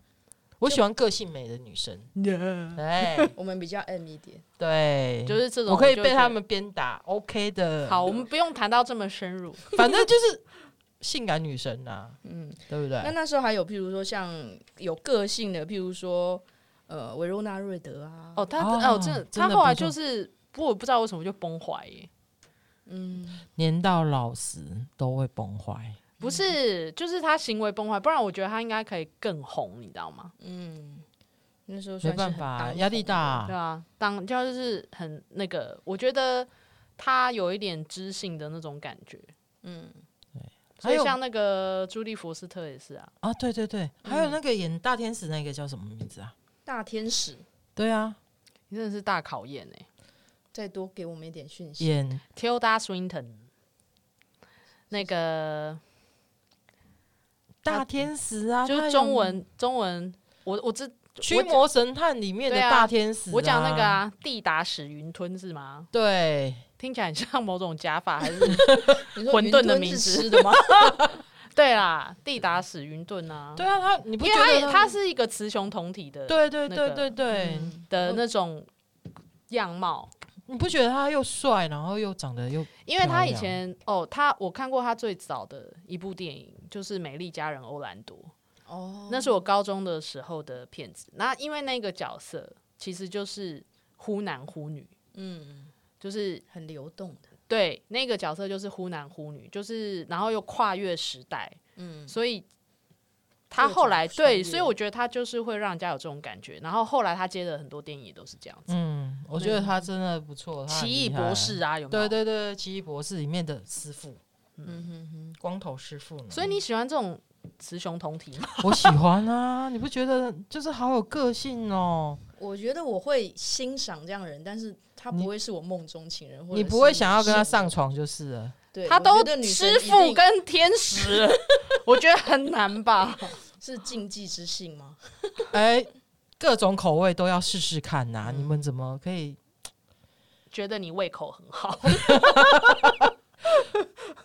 Speaker 2: 我喜欢个性美的女生。对
Speaker 5: 讲？我们比较 M 一点，
Speaker 2: 对，
Speaker 4: 就是这种，
Speaker 2: 我可以
Speaker 4: 就
Speaker 2: 被
Speaker 4: 觉
Speaker 2: 他
Speaker 4: 得。
Speaker 2: 们鞭打，OK 的。
Speaker 4: 好，我们不用谈到这么深入。
Speaker 2: 反正就是性感女神呐、啊，
Speaker 5: 嗯。
Speaker 2: 对不
Speaker 5: 那
Speaker 2: 对？
Speaker 5: 那时候还有，譬如说像有个性的，譬如说呃维若纳瑞德啊，
Speaker 4: 哦，她
Speaker 2: 哦
Speaker 4: 哦，真的，
Speaker 2: 真
Speaker 4: 她
Speaker 2: 的
Speaker 4: 后来
Speaker 2: 不错
Speaker 4: 就是，不过我不知道为什么就崩坏耶。
Speaker 5: 嗯，
Speaker 2: 年到老时都会崩坏。
Speaker 4: 不是，就是他行为崩坏，不然我觉得他应该可以更红，你知道吗？
Speaker 5: 嗯，那时候
Speaker 2: 没
Speaker 5: 算是
Speaker 2: 办
Speaker 5: 很当
Speaker 2: 法，
Speaker 5: 红
Speaker 2: 压力大、
Speaker 4: 对啊，当就是很那个，我觉得他有一点知性的那种感觉，
Speaker 5: 嗯，
Speaker 4: 所
Speaker 2: 还
Speaker 4: 以
Speaker 2: 有
Speaker 4: 像那个朱莉福斯特也是啊，
Speaker 2: 啊！对对对，还有那个演大天使那个叫什么名字啊？
Speaker 5: 大天使，
Speaker 2: 对啊，
Speaker 4: 你真的是大考验哎、
Speaker 2: 欸
Speaker 5: 再多给我们一点讯息。
Speaker 2: 演
Speaker 4: Tilda Swinton，那个
Speaker 2: 大天使啊，
Speaker 4: 就
Speaker 2: 他
Speaker 4: 是
Speaker 2: 有
Speaker 4: 中文中文，我我知
Speaker 2: 《驱魔神探》里面的
Speaker 4: 对啊
Speaker 2: 大天使、
Speaker 4: 我讲那个，啊，地达使云吞是吗？
Speaker 2: 对，
Speaker 4: 听起来很像某种假 法，还是
Speaker 5: 你说
Speaker 4: 混
Speaker 5: 云
Speaker 4: 沌的
Speaker 5: 吞
Speaker 4: 名
Speaker 5: 是
Speaker 4: 字
Speaker 5: 吃的吗？
Speaker 4: 对啦，地达使云吞啊，
Speaker 2: 对啊，他你不
Speaker 4: 因为
Speaker 2: 觉
Speaker 4: 它也
Speaker 2: 得
Speaker 4: 它是一个雌雄同体的
Speaker 2: 对对
Speaker 4: 那
Speaker 2: 对
Speaker 4: 个
Speaker 2: 对对，
Speaker 5: 嗯
Speaker 4: 的那种样貌，
Speaker 2: 你不觉得他又帅，然后又长得又
Speaker 4: 因为他以
Speaker 2: 漂亮
Speaker 4: 前哦，他我看过他最早的一部电影就是《美丽佳人欧兰多》，
Speaker 5: 哦，
Speaker 4: 那是我高中的时候的片子。那因为那个角色其实就是忽男忽女，
Speaker 5: 嗯，
Speaker 4: 就是
Speaker 5: 很流动的，
Speaker 4: 对那个角色就是忽男忽女，就是然后又跨越时代，
Speaker 5: 嗯，
Speaker 4: 所以他
Speaker 5: 各
Speaker 4: 后
Speaker 5: 种
Speaker 4: 来
Speaker 5: 穿
Speaker 4: 对，
Speaker 5: 越
Speaker 4: 所以我觉得他就是会让人家有这种感觉。然后后来他接的很多电影也都是这样子，
Speaker 2: 嗯，我觉得他真的不错，他很
Speaker 4: 奇异
Speaker 2: 厉害
Speaker 4: 博士》啊，有
Speaker 2: 嗯
Speaker 4: 没有？
Speaker 2: 对对对，《奇异博士》里面的师傅，
Speaker 5: 嗯哼哼，
Speaker 2: 光头师傅呢。
Speaker 4: 所以你喜欢这种雌雄同体吗？
Speaker 2: 我喜欢啊， 你不觉得就是好有个性哦？
Speaker 5: 我觉得我会欣赏这样的人，但是他
Speaker 2: 你
Speaker 5: 不会是我梦中情人，或者
Speaker 2: 你不会
Speaker 5: 是
Speaker 2: 想要跟他
Speaker 5: 圣
Speaker 2: 上，
Speaker 5: 人
Speaker 2: 床就是了。
Speaker 5: 对，
Speaker 4: 他
Speaker 5: 我觉
Speaker 4: 都
Speaker 5: 得女生
Speaker 4: 师
Speaker 5: 一
Speaker 4: 傅
Speaker 5: 定
Speaker 4: 跟天使了，我觉得很难吧。
Speaker 5: 是禁忌之性吗？
Speaker 2: 哎，各种口味都要试试看呐、
Speaker 5: 嗯
Speaker 2: 你们怎么可以？
Speaker 4: 觉得你胃口很好，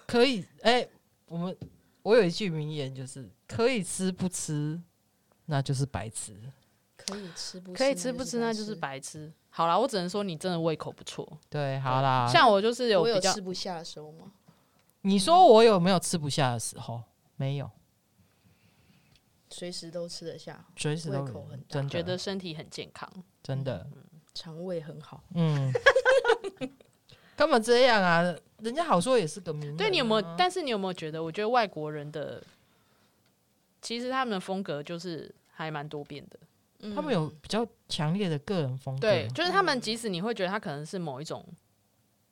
Speaker 2: 可以哎，我们我有一句名言，就是可以吃不吃，那就是白吃。
Speaker 5: 可以吃不
Speaker 4: 可以吃不吃那
Speaker 5: 那
Speaker 4: 就是
Speaker 5: 白
Speaker 4: 白吃。好啦，我只能说你真的胃口不错。
Speaker 2: 对，好啦，
Speaker 4: 像我就是
Speaker 5: 吃。
Speaker 4: 有
Speaker 5: 我有
Speaker 4: 比较
Speaker 5: 吃不下的时候吗？
Speaker 2: 你说我有没有吃不下的时候？没有，
Speaker 5: 随时都吃得下，
Speaker 2: 随时都
Speaker 5: 胃口
Speaker 2: 有
Speaker 5: 很大
Speaker 2: 真
Speaker 4: 觉得
Speaker 2: 的
Speaker 4: 身体很健康，
Speaker 2: 真的，
Speaker 5: 肠胃很好。
Speaker 2: 嗯， 干嘛这样啊？人家好说也是个名人啊、
Speaker 4: 对你有没有？但是你有没有觉得？我觉得外国人的其实他们的风格就是还蛮多变的。
Speaker 5: 嗯
Speaker 2: 他们有比较强烈的个人风格，
Speaker 4: 对，就是他们即使你会觉得他可能是某一种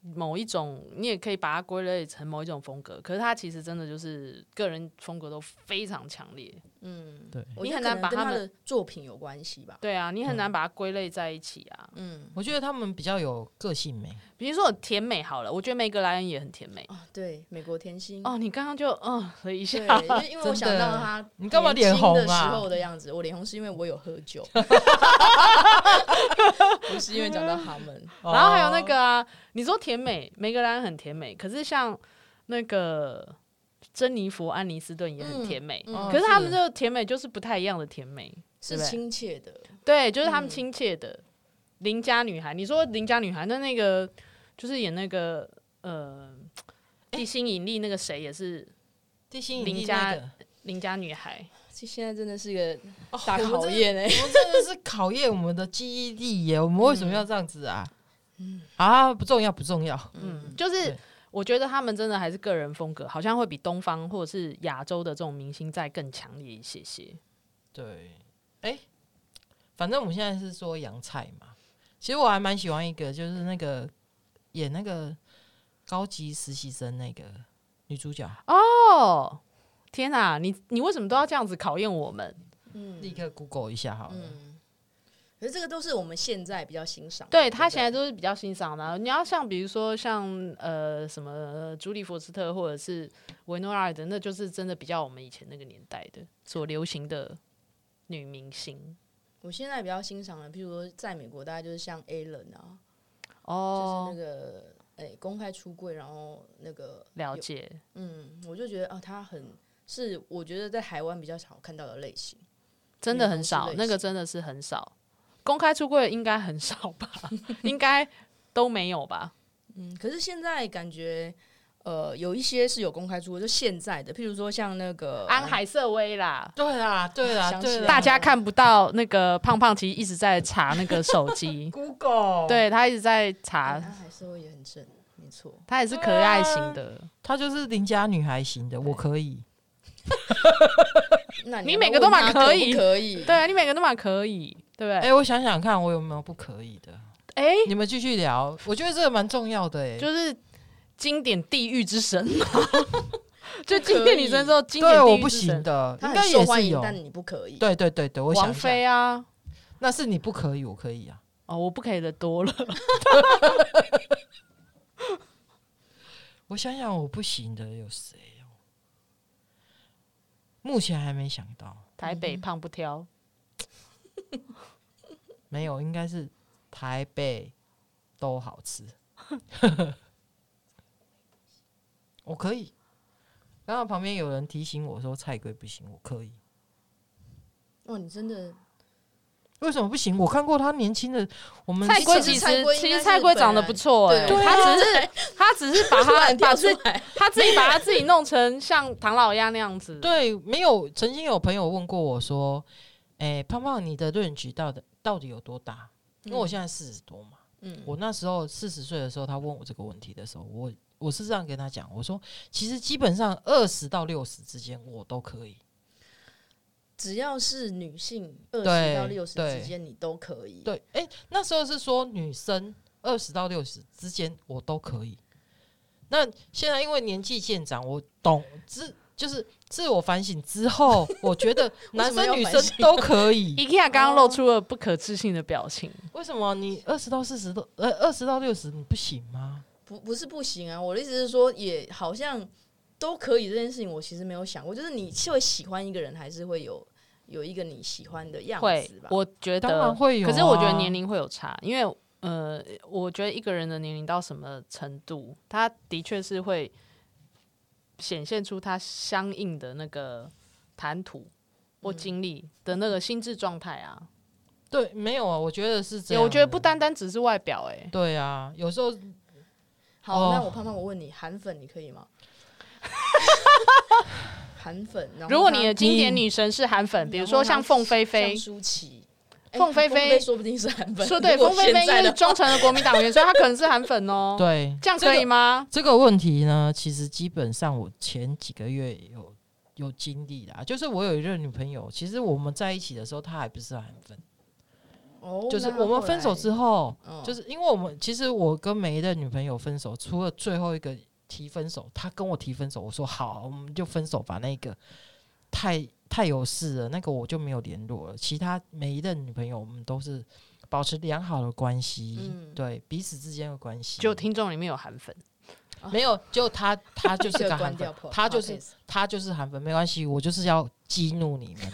Speaker 4: 某一种，你也可以把它归类成某一种风格，可是他其实真的就是个人风格都非常强烈。
Speaker 5: 嗯，
Speaker 2: 对
Speaker 5: 我
Speaker 4: 你
Speaker 5: 觉得
Speaker 4: 很难
Speaker 5: 可能
Speaker 4: 把
Speaker 5: 跟
Speaker 4: 他
Speaker 5: 他
Speaker 4: 们
Speaker 5: 的作品有关系吧。
Speaker 4: 对啊，你很难把它归类在一起啊。
Speaker 5: 嗯
Speaker 2: 我觉得他们比较有个性美，
Speaker 4: 比如说我甜美好了，我觉得梅格莱恩也很甜美。
Speaker 5: 啊，对，美国甜心。
Speaker 4: 哦，你刚刚就嗯了一
Speaker 5: 对，
Speaker 4: 下，
Speaker 5: 因为因为我想到 他
Speaker 2: 你干嘛脸红
Speaker 5: 年轻的时
Speaker 2: 啊
Speaker 5: 候？的样子，我脸红是因为我有喝 酒，不是因为讲到他们。
Speaker 2: 哦
Speaker 4: 然后还有那个啊，你说甜美，梅格莱恩很甜美，可是像那个珍妮弗·安妮斯顿也很甜美，
Speaker 5: 嗯
Speaker 2: 哦
Speaker 4: 可是他们这个甜美就是不太一样的甜美，
Speaker 5: 是
Speaker 4: 对不对
Speaker 5: 亲切的，
Speaker 4: 对，就是他们
Speaker 5: 嗯
Speaker 4: 亲切的邻、家女孩。你说邻家女孩，那那个就是演那个呃《地心引力》那个谁也是
Speaker 2: 地心引力
Speaker 4: 邻
Speaker 2: 那
Speaker 4: 家
Speaker 2: 个，
Speaker 4: 邻家女孩，
Speaker 5: 这现在真的是一个
Speaker 2: 哦
Speaker 5: 大考，验哎、
Speaker 2: 我们真的我们真的是考验我们的记忆力耶！我们为什么要这样子啊？啊，不重要，不重要。
Speaker 4: 嗯，就是
Speaker 2: 对。
Speaker 4: 我觉得他们真的还是个人风格，好像会比东方或者是亚洲的这种明星再更强烈一些些。
Speaker 2: 对，哎、反正我们现在是说洋菜嘛。其实我还蛮喜欢一个，就是那个演那个高级实习生那个女主角，
Speaker 4: 哦，天哪、你你为什么都要这样子考验我们？
Speaker 2: 立刻 Google 一下好了。
Speaker 5: 嗯，可是这个都是我们现在比较欣赏的。
Speaker 4: 对他
Speaker 5: 不
Speaker 4: 现在都是比较欣赏的啊、你要像比如说像呃什么朱莉·福斯特或者是维诺拉尔德，那就是真的比较我们以前那个年代的所流行的女明星
Speaker 5: 我现在比较欣赏的，譬如说在美国，大概就是像 A 人啊，就
Speaker 4: 哦
Speaker 5: 是。那个哎、公开出柜，然后那个
Speaker 4: 了解，
Speaker 5: 嗯，我就觉得啊，他很是我觉得在台湾比较少看到的类型。
Speaker 4: 真的很
Speaker 5: 女同
Speaker 4: 少
Speaker 5: 志，类
Speaker 4: 那个真的是很少。公开出柜应该很少 吧？应该都没有吧？
Speaker 5: 嗯，可是现在感觉呃，有一些是有公开出柜，就现在的，譬如说像那个
Speaker 4: 安，海瑟薇啦，
Speaker 2: 对啦，对啦，
Speaker 5: 想起
Speaker 2: 对啦，
Speaker 5: 来
Speaker 4: 大家看不到那个胖胖，其实一直在查那个手机
Speaker 2: ，Google
Speaker 4: 对他一直在查
Speaker 5: 安，海社会也很正，没错，
Speaker 4: 她也是可爱型的。
Speaker 2: 她就是邻家女孩型的，我可以。
Speaker 5: 那
Speaker 4: 你
Speaker 5: 要
Speaker 4: 每
Speaker 5: 问
Speaker 4: 个都
Speaker 5: 他
Speaker 4: 蛮
Speaker 5: 可
Speaker 4: 可
Speaker 5: 不
Speaker 4: 以
Speaker 5: 可以，
Speaker 4: 对啊，你每个都蛮可以，对不
Speaker 2: 哎、
Speaker 4: 对？
Speaker 2: 我想想看，我有没有不可以的？
Speaker 4: 哎、
Speaker 2: 你们继续聊，我觉得这个蛮重要的哎、
Speaker 4: 就是经典地狱之 神嘛，就
Speaker 5: 不
Speaker 4: 经
Speaker 5: 可
Speaker 4: 典女生
Speaker 5: 以
Speaker 4: 之后，经典
Speaker 2: 对，
Speaker 4: 地
Speaker 2: 我
Speaker 4: 狱
Speaker 2: 不
Speaker 4: 之
Speaker 2: 行
Speaker 4: 神。
Speaker 2: 的，
Speaker 5: 他
Speaker 2: 应
Speaker 5: 很
Speaker 2: 该
Speaker 5: 受
Speaker 2: 也
Speaker 5: 欢
Speaker 2: 是
Speaker 5: 迎
Speaker 2: 有，。
Speaker 5: 但你不可以。
Speaker 2: 对对对对，我想
Speaker 4: 王
Speaker 2: 一下，
Speaker 4: 菲啊，
Speaker 2: 那是你不可以，我可以啊。
Speaker 4: 哦，我不可以的多了。
Speaker 2: 我想想，我不行的有谁哦？目前还没想到，
Speaker 4: 台北胖不挑，
Speaker 2: 没有，应该是台北都好吃。 我可以。刚刚旁边有人提醒我说菜龟不行，我可以。
Speaker 5: 哇，你真的
Speaker 2: 为什么不行？我看过他年轻的，我们
Speaker 4: 菜
Speaker 5: 嗯其
Speaker 4: 龟
Speaker 5: 实
Speaker 4: 其实
Speaker 5: 菜龟应
Speaker 4: 其
Speaker 5: 该
Speaker 4: 实
Speaker 5: 是
Speaker 4: 菜龟
Speaker 5: 本
Speaker 4: 长得
Speaker 5: 来
Speaker 4: 不错哎、
Speaker 5: 对
Speaker 4: 他
Speaker 5: 啊
Speaker 4: 只是他只是把
Speaker 5: 突
Speaker 4: 他
Speaker 5: 然
Speaker 4: 把
Speaker 5: 跳出
Speaker 4: 自
Speaker 5: 来，
Speaker 4: 他自己把他自己弄成像唐老鸭那样子。
Speaker 2: 对，没有曾经有朋友问过我说：“哎、胖胖，你的论局到底到底有多大？”因为我现在四十多嘛，
Speaker 5: 嗯，
Speaker 2: 我那时候四十岁的时候，他问我这个问题的时候，我我是这样跟他讲，我说其实基本上二十到六十之间我都可以。
Speaker 5: 只要是女性二
Speaker 2: 对
Speaker 5: 十到六十
Speaker 2: 对
Speaker 5: 之间，你都可以。
Speaker 2: 对，哎、那时候是说女生二十到六十之间我都可以。那现在因为年纪渐长，我懂自就是自我反省之后，我觉得
Speaker 5: 为什
Speaker 2: 男
Speaker 5: 么
Speaker 2: 生
Speaker 5: 要
Speaker 2: 女
Speaker 5: 反
Speaker 2: 生
Speaker 5: 省
Speaker 2: 都可 以。哦
Speaker 4: IKEA 刚刚露出了不可置信的表情。
Speaker 2: 为什么你二十到四十都呃二十到六十你不行吗？
Speaker 5: 不不是不行啊，我的意思是说，也好像都可以这件事情，我其实没有想过，就是你是会喜欢一个人，还是会有有一个你喜欢的样
Speaker 4: 会
Speaker 5: 子吧，？
Speaker 4: 我觉
Speaker 2: 当然
Speaker 4: 得
Speaker 2: 会有啊
Speaker 4: 可是我觉得年龄会有差，因为呃，我觉得一个人的年龄到什么程度，他的确是会显现出他相应的那个谈吐或经历的那个心智状态啊。
Speaker 2: 对，没有啊，我觉得是这
Speaker 4: 也
Speaker 2: 样。
Speaker 4: 我觉得不。哦单单只是外表、欸，
Speaker 2: 对啊，有时候
Speaker 5: 好，
Speaker 2: 哦
Speaker 5: 那我胖胖，我问你，韩粉你可以吗？韩粉，然后
Speaker 4: 如果
Speaker 5: 她
Speaker 4: 你的经典女神是韩粉，
Speaker 2: 嗯
Speaker 5: 你
Speaker 4: 比如说像凤飞飞
Speaker 5: 像，舒淇，哎
Speaker 4: 凤飞飞
Speaker 5: 飞说不定是韩粉。
Speaker 4: 说对，
Speaker 5: 如果
Speaker 4: 凤飞飞
Speaker 5: 现在
Speaker 4: 是
Speaker 5: 的
Speaker 4: 忠诚的国民党员，所以她可能是韩粉哦。
Speaker 2: 对
Speaker 4: 这样可以吗？
Speaker 2: 这个问题呢，其实基本上我前几个月有有经历啦，就是我有一任女朋友，其实我们在一起的时候，她还不是韩粉，
Speaker 5: 哦
Speaker 2: 就是
Speaker 5: 那
Speaker 2: 我们
Speaker 5: 后
Speaker 2: 分手
Speaker 5: 来
Speaker 2: 之后，
Speaker 5: 嗯
Speaker 2: 就是因为我们其实我跟每一任女朋友分手，除了最后一个提分手，她跟我提分手，我说好，我们就分手吧。那个太太有事了，那个我就没有联络了。其他每一任女朋友，我们都是保持良好的关系，
Speaker 5: 嗯
Speaker 2: 对彼此之间的关系。
Speaker 4: 就听众里面有韩粉，
Speaker 2: 没有，就 他他就是
Speaker 5: 这
Speaker 2: 个韩
Speaker 5: 关掉
Speaker 2: 粉
Speaker 5: podcast，，
Speaker 2: 他就是他就是韩粉，没关系，我就是要激怒你们，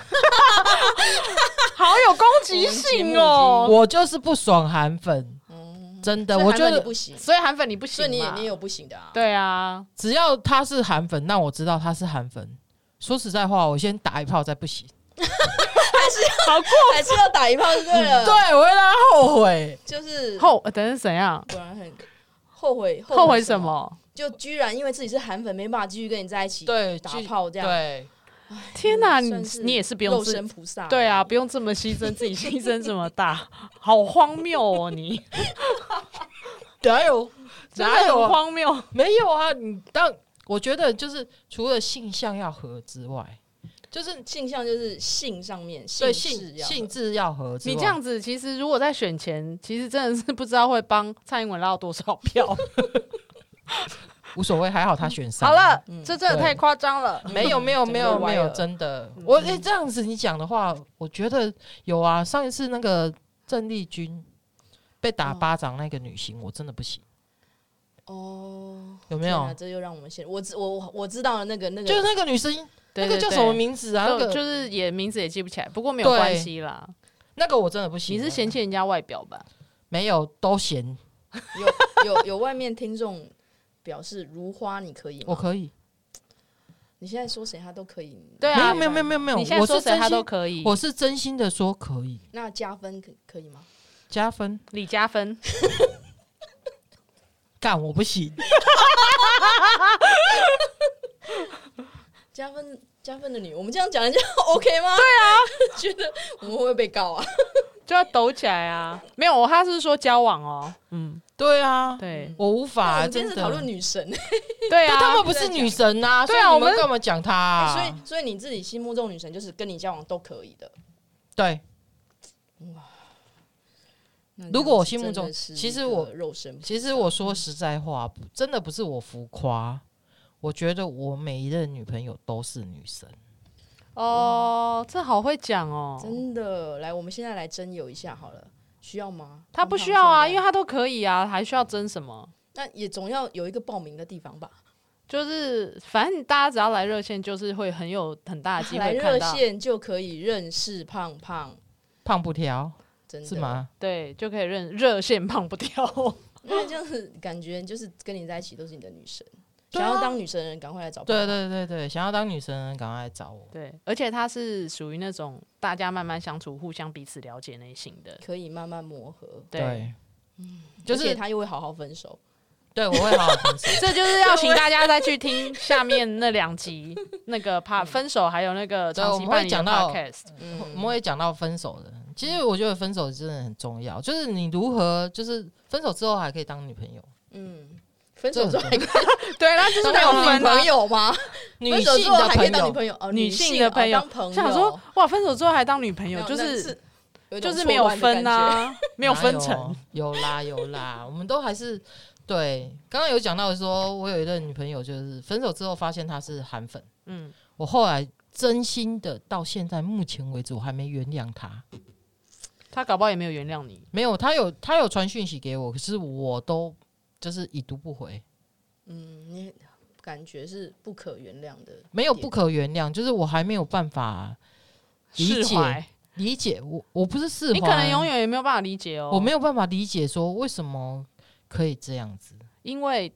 Speaker 4: 好有攻击性哦。
Speaker 2: 我就是不爽韩粉，
Speaker 5: 嗯，
Speaker 2: 真的，
Speaker 5: 所以
Speaker 2: 我
Speaker 5: 韩
Speaker 2: 觉
Speaker 5: 粉你
Speaker 2: 得
Speaker 5: 不行，
Speaker 4: 所以韩粉你不行
Speaker 5: 所以你也
Speaker 4: 嘛
Speaker 5: 你也有不行的啊。
Speaker 4: 对啊，
Speaker 2: 只要他是韩粉，那我知道他是韩粉。说实在话，我先打一炮再不行，
Speaker 5: 还是要打一炮就对了。
Speaker 2: 对，我会让他后悔。
Speaker 5: 就是
Speaker 4: 后呃等是怎样？
Speaker 5: 果然很后悔，
Speaker 4: 后悔
Speaker 5: 什
Speaker 4: 什？么？
Speaker 5: 就居然因为自己是韩粉，没办法继续跟你在一起，，
Speaker 2: 对，
Speaker 5: 打
Speaker 2: 就
Speaker 5: 炮这样，
Speaker 2: 对，
Speaker 4: 天哪，你
Speaker 5: 嗯算是
Speaker 4: 你也是不用
Speaker 5: 肉
Speaker 4: 自
Speaker 5: 身菩萨。
Speaker 4: 对啊，，不用这么牺牲自己，牺牲这么大， 好荒谬哦！你
Speaker 2: 哪有
Speaker 4: 真
Speaker 2: 哪
Speaker 4: 的
Speaker 2: 有
Speaker 4: 很
Speaker 2: 啊？
Speaker 4: 荒谬。
Speaker 2: 没有啊！你当我觉得就是除了性向要合之外，就是
Speaker 5: 性向就是性上面，
Speaker 2: 对
Speaker 5: 性
Speaker 2: 性
Speaker 5: 要
Speaker 2: 性质要合之外，
Speaker 4: 你这样子，其实如果在选前，其实真的是不知道会帮蔡英文拉到多少票。
Speaker 2: 无所谓，还好他选上
Speaker 4: 好了，
Speaker 5: 嗯
Speaker 4: 这真的
Speaker 2: 对
Speaker 4: 太夸张了。
Speaker 2: 没有没有
Speaker 5: 整
Speaker 2: 没
Speaker 5: 个
Speaker 2: 有
Speaker 5: 歪
Speaker 2: 没有，
Speaker 5: 了
Speaker 2: 真的，我诶、这样子你讲的话，我觉得有啊。上一次那个郑丽君被打
Speaker 5: 嗯
Speaker 2: 巴掌那个女星，我真的不行，
Speaker 5: 哦，
Speaker 2: 有没
Speaker 5: 天
Speaker 2: 有
Speaker 5: 啊？这又让我们先，我知我我我知道了那个那个，
Speaker 2: 就是那个女生，
Speaker 4: 对
Speaker 2: 那个叫什么？名字啊？那
Speaker 4: 对对就
Speaker 2: 个
Speaker 4: 就是也名字也记不起来，不过没有关系啦。
Speaker 2: 那个我真的不行
Speaker 4: 你
Speaker 2: 了。
Speaker 4: 是嫌弃人家外表吧？
Speaker 2: 没有都嫌，
Speaker 5: 有有有外面听众表示如花，你
Speaker 4: 啊
Speaker 5: 可以吗？
Speaker 2: 我可以。
Speaker 5: 你现在说谁他都可以，
Speaker 4: 对啊
Speaker 2: 没有没有没有没有
Speaker 4: 你
Speaker 2: 没
Speaker 4: 现
Speaker 2: 有，
Speaker 4: 在
Speaker 2: 我
Speaker 4: 说
Speaker 2: 是
Speaker 4: 谁
Speaker 2: 真
Speaker 4: 他都
Speaker 2: 心，
Speaker 4: 可以，
Speaker 2: 我是真心的说可以
Speaker 5: 那加分可可以吗？
Speaker 2: 加分，
Speaker 4: 李嘉芬。
Speaker 2: 干我不行，
Speaker 5: 加分加分的你，我们这样讲人家 OK 吗？对啊， 觉得我们会不会被告啊？
Speaker 4: 就要抖起来啊！没有，他是说交往哦，嗯，
Speaker 2: 对啊，
Speaker 4: 对
Speaker 2: 我无
Speaker 5: 那我
Speaker 2: 法，
Speaker 5: 们今
Speaker 2: 真
Speaker 5: 天是
Speaker 2: 的
Speaker 5: 讨论女神，
Speaker 4: 对啊，
Speaker 2: 但他们不是女神啊，
Speaker 4: 对啊
Speaker 2: 所以
Speaker 4: 我
Speaker 2: 你
Speaker 4: 们哎
Speaker 2: 们干嘛讲她啊？
Speaker 5: 所以所以你自己心目中女神就是跟你交往都可以的。
Speaker 2: 对，
Speaker 5: 那
Speaker 2: 如果我心目中
Speaker 5: 这样子真的是
Speaker 2: 其实我
Speaker 5: 一个肉身，
Speaker 2: 其实我说实在话，真的不是我浮夸，我觉得我每一任女朋友都是女神。
Speaker 4: 哦，这好会讲哦，
Speaker 5: 真的来，我们现在来征友一下好了，需要吗？
Speaker 4: 他不需要啊，因为
Speaker 5: 为
Speaker 4: 他都可以啊，还需要争什么？
Speaker 5: 那也总要有一个报名的地方吧。
Speaker 4: 就是反正大家只要来热线，就是会很有很大的机
Speaker 5: 啊来
Speaker 4: 会
Speaker 5: 热
Speaker 4: 看到，
Speaker 5: 线就可以认识胖胖，
Speaker 2: 胖不挑
Speaker 5: 真的
Speaker 2: 是？吗？
Speaker 4: 对，就可以认热线胖不掉。
Speaker 5: 因为这样子感觉就是跟你在一起都是你的女神，
Speaker 2: 对
Speaker 5: 想
Speaker 2: 啊
Speaker 5: 要当女神的人赶快来找胖
Speaker 2: 对
Speaker 5: 胖。
Speaker 2: 对对对，想要当女神的人赶快来找我。
Speaker 4: 对，而且他是属于那种大家慢慢相处、互相彼此了解那一型的。
Speaker 5: 可以慢慢磨合，
Speaker 4: 对，，
Speaker 2: 就
Speaker 5: 而且
Speaker 2: 是
Speaker 5: 他又会好好分手。
Speaker 2: 对我会好好分手。
Speaker 4: 这就是要请大家再去 听下面那两集，那个怕分手，还有那个
Speaker 2: 对
Speaker 4: 长
Speaker 2: 我
Speaker 4: 期
Speaker 2: 们
Speaker 4: 伴
Speaker 2: 会
Speaker 4: 侣
Speaker 2: 讲
Speaker 4: 的
Speaker 2: 到
Speaker 4: podcast。
Speaker 5: 嗯
Speaker 2: 我们会讲到分手的，其实我觉得分手真的很重要，就是你如何，就是分手之后还可以当女朋友。
Speaker 5: 嗯，分手之后还可以
Speaker 4: 对，他就是那种
Speaker 5: 当女
Speaker 4: 分啊
Speaker 5: 朋友吗？
Speaker 2: 女
Speaker 5: 分手之
Speaker 2: 性
Speaker 5: 后
Speaker 2: 的
Speaker 5: 还可以当女
Speaker 2: 友，
Speaker 5: 朋友哦，
Speaker 4: 女性
Speaker 5: 性
Speaker 4: 的朋友
Speaker 5: 哦当朋友。
Speaker 4: 想说哇，分手之后还当女朋
Speaker 5: 没
Speaker 4: 友
Speaker 5: 有，
Speaker 4: 就
Speaker 5: 那
Speaker 4: 是
Speaker 5: 有一种
Speaker 4: 就是
Speaker 5: 错
Speaker 4: 没有
Speaker 5: 乱的
Speaker 4: 分
Speaker 5: 感觉，
Speaker 4: 啊，没有分成
Speaker 2: 哪。有。有啦有啦，我们都还是对。刚刚有讲到说，我有一任女朋友，就是分手之后发现她是韩粉，
Speaker 4: 嗯，
Speaker 2: 我后来真心的到现在目前为止，我还没原谅她。
Speaker 4: 他搞不好也没有原谅你。
Speaker 2: 没有，她有她有传讯息给我，可是我都就是已读不回。
Speaker 5: 嗯，你 感觉是不可原谅的，
Speaker 2: 没有不可原谅，就是我还没有办法理
Speaker 4: 释
Speaker 2: 解
Speaker 4: 怀，
Speaker 2: 理解我，我不是释怀，
Speaker 4: 你可能永远也没有办法理解哦。
Speaker 2: 我没有办法理解说为什么可以这样子。
Speaker 4: 因为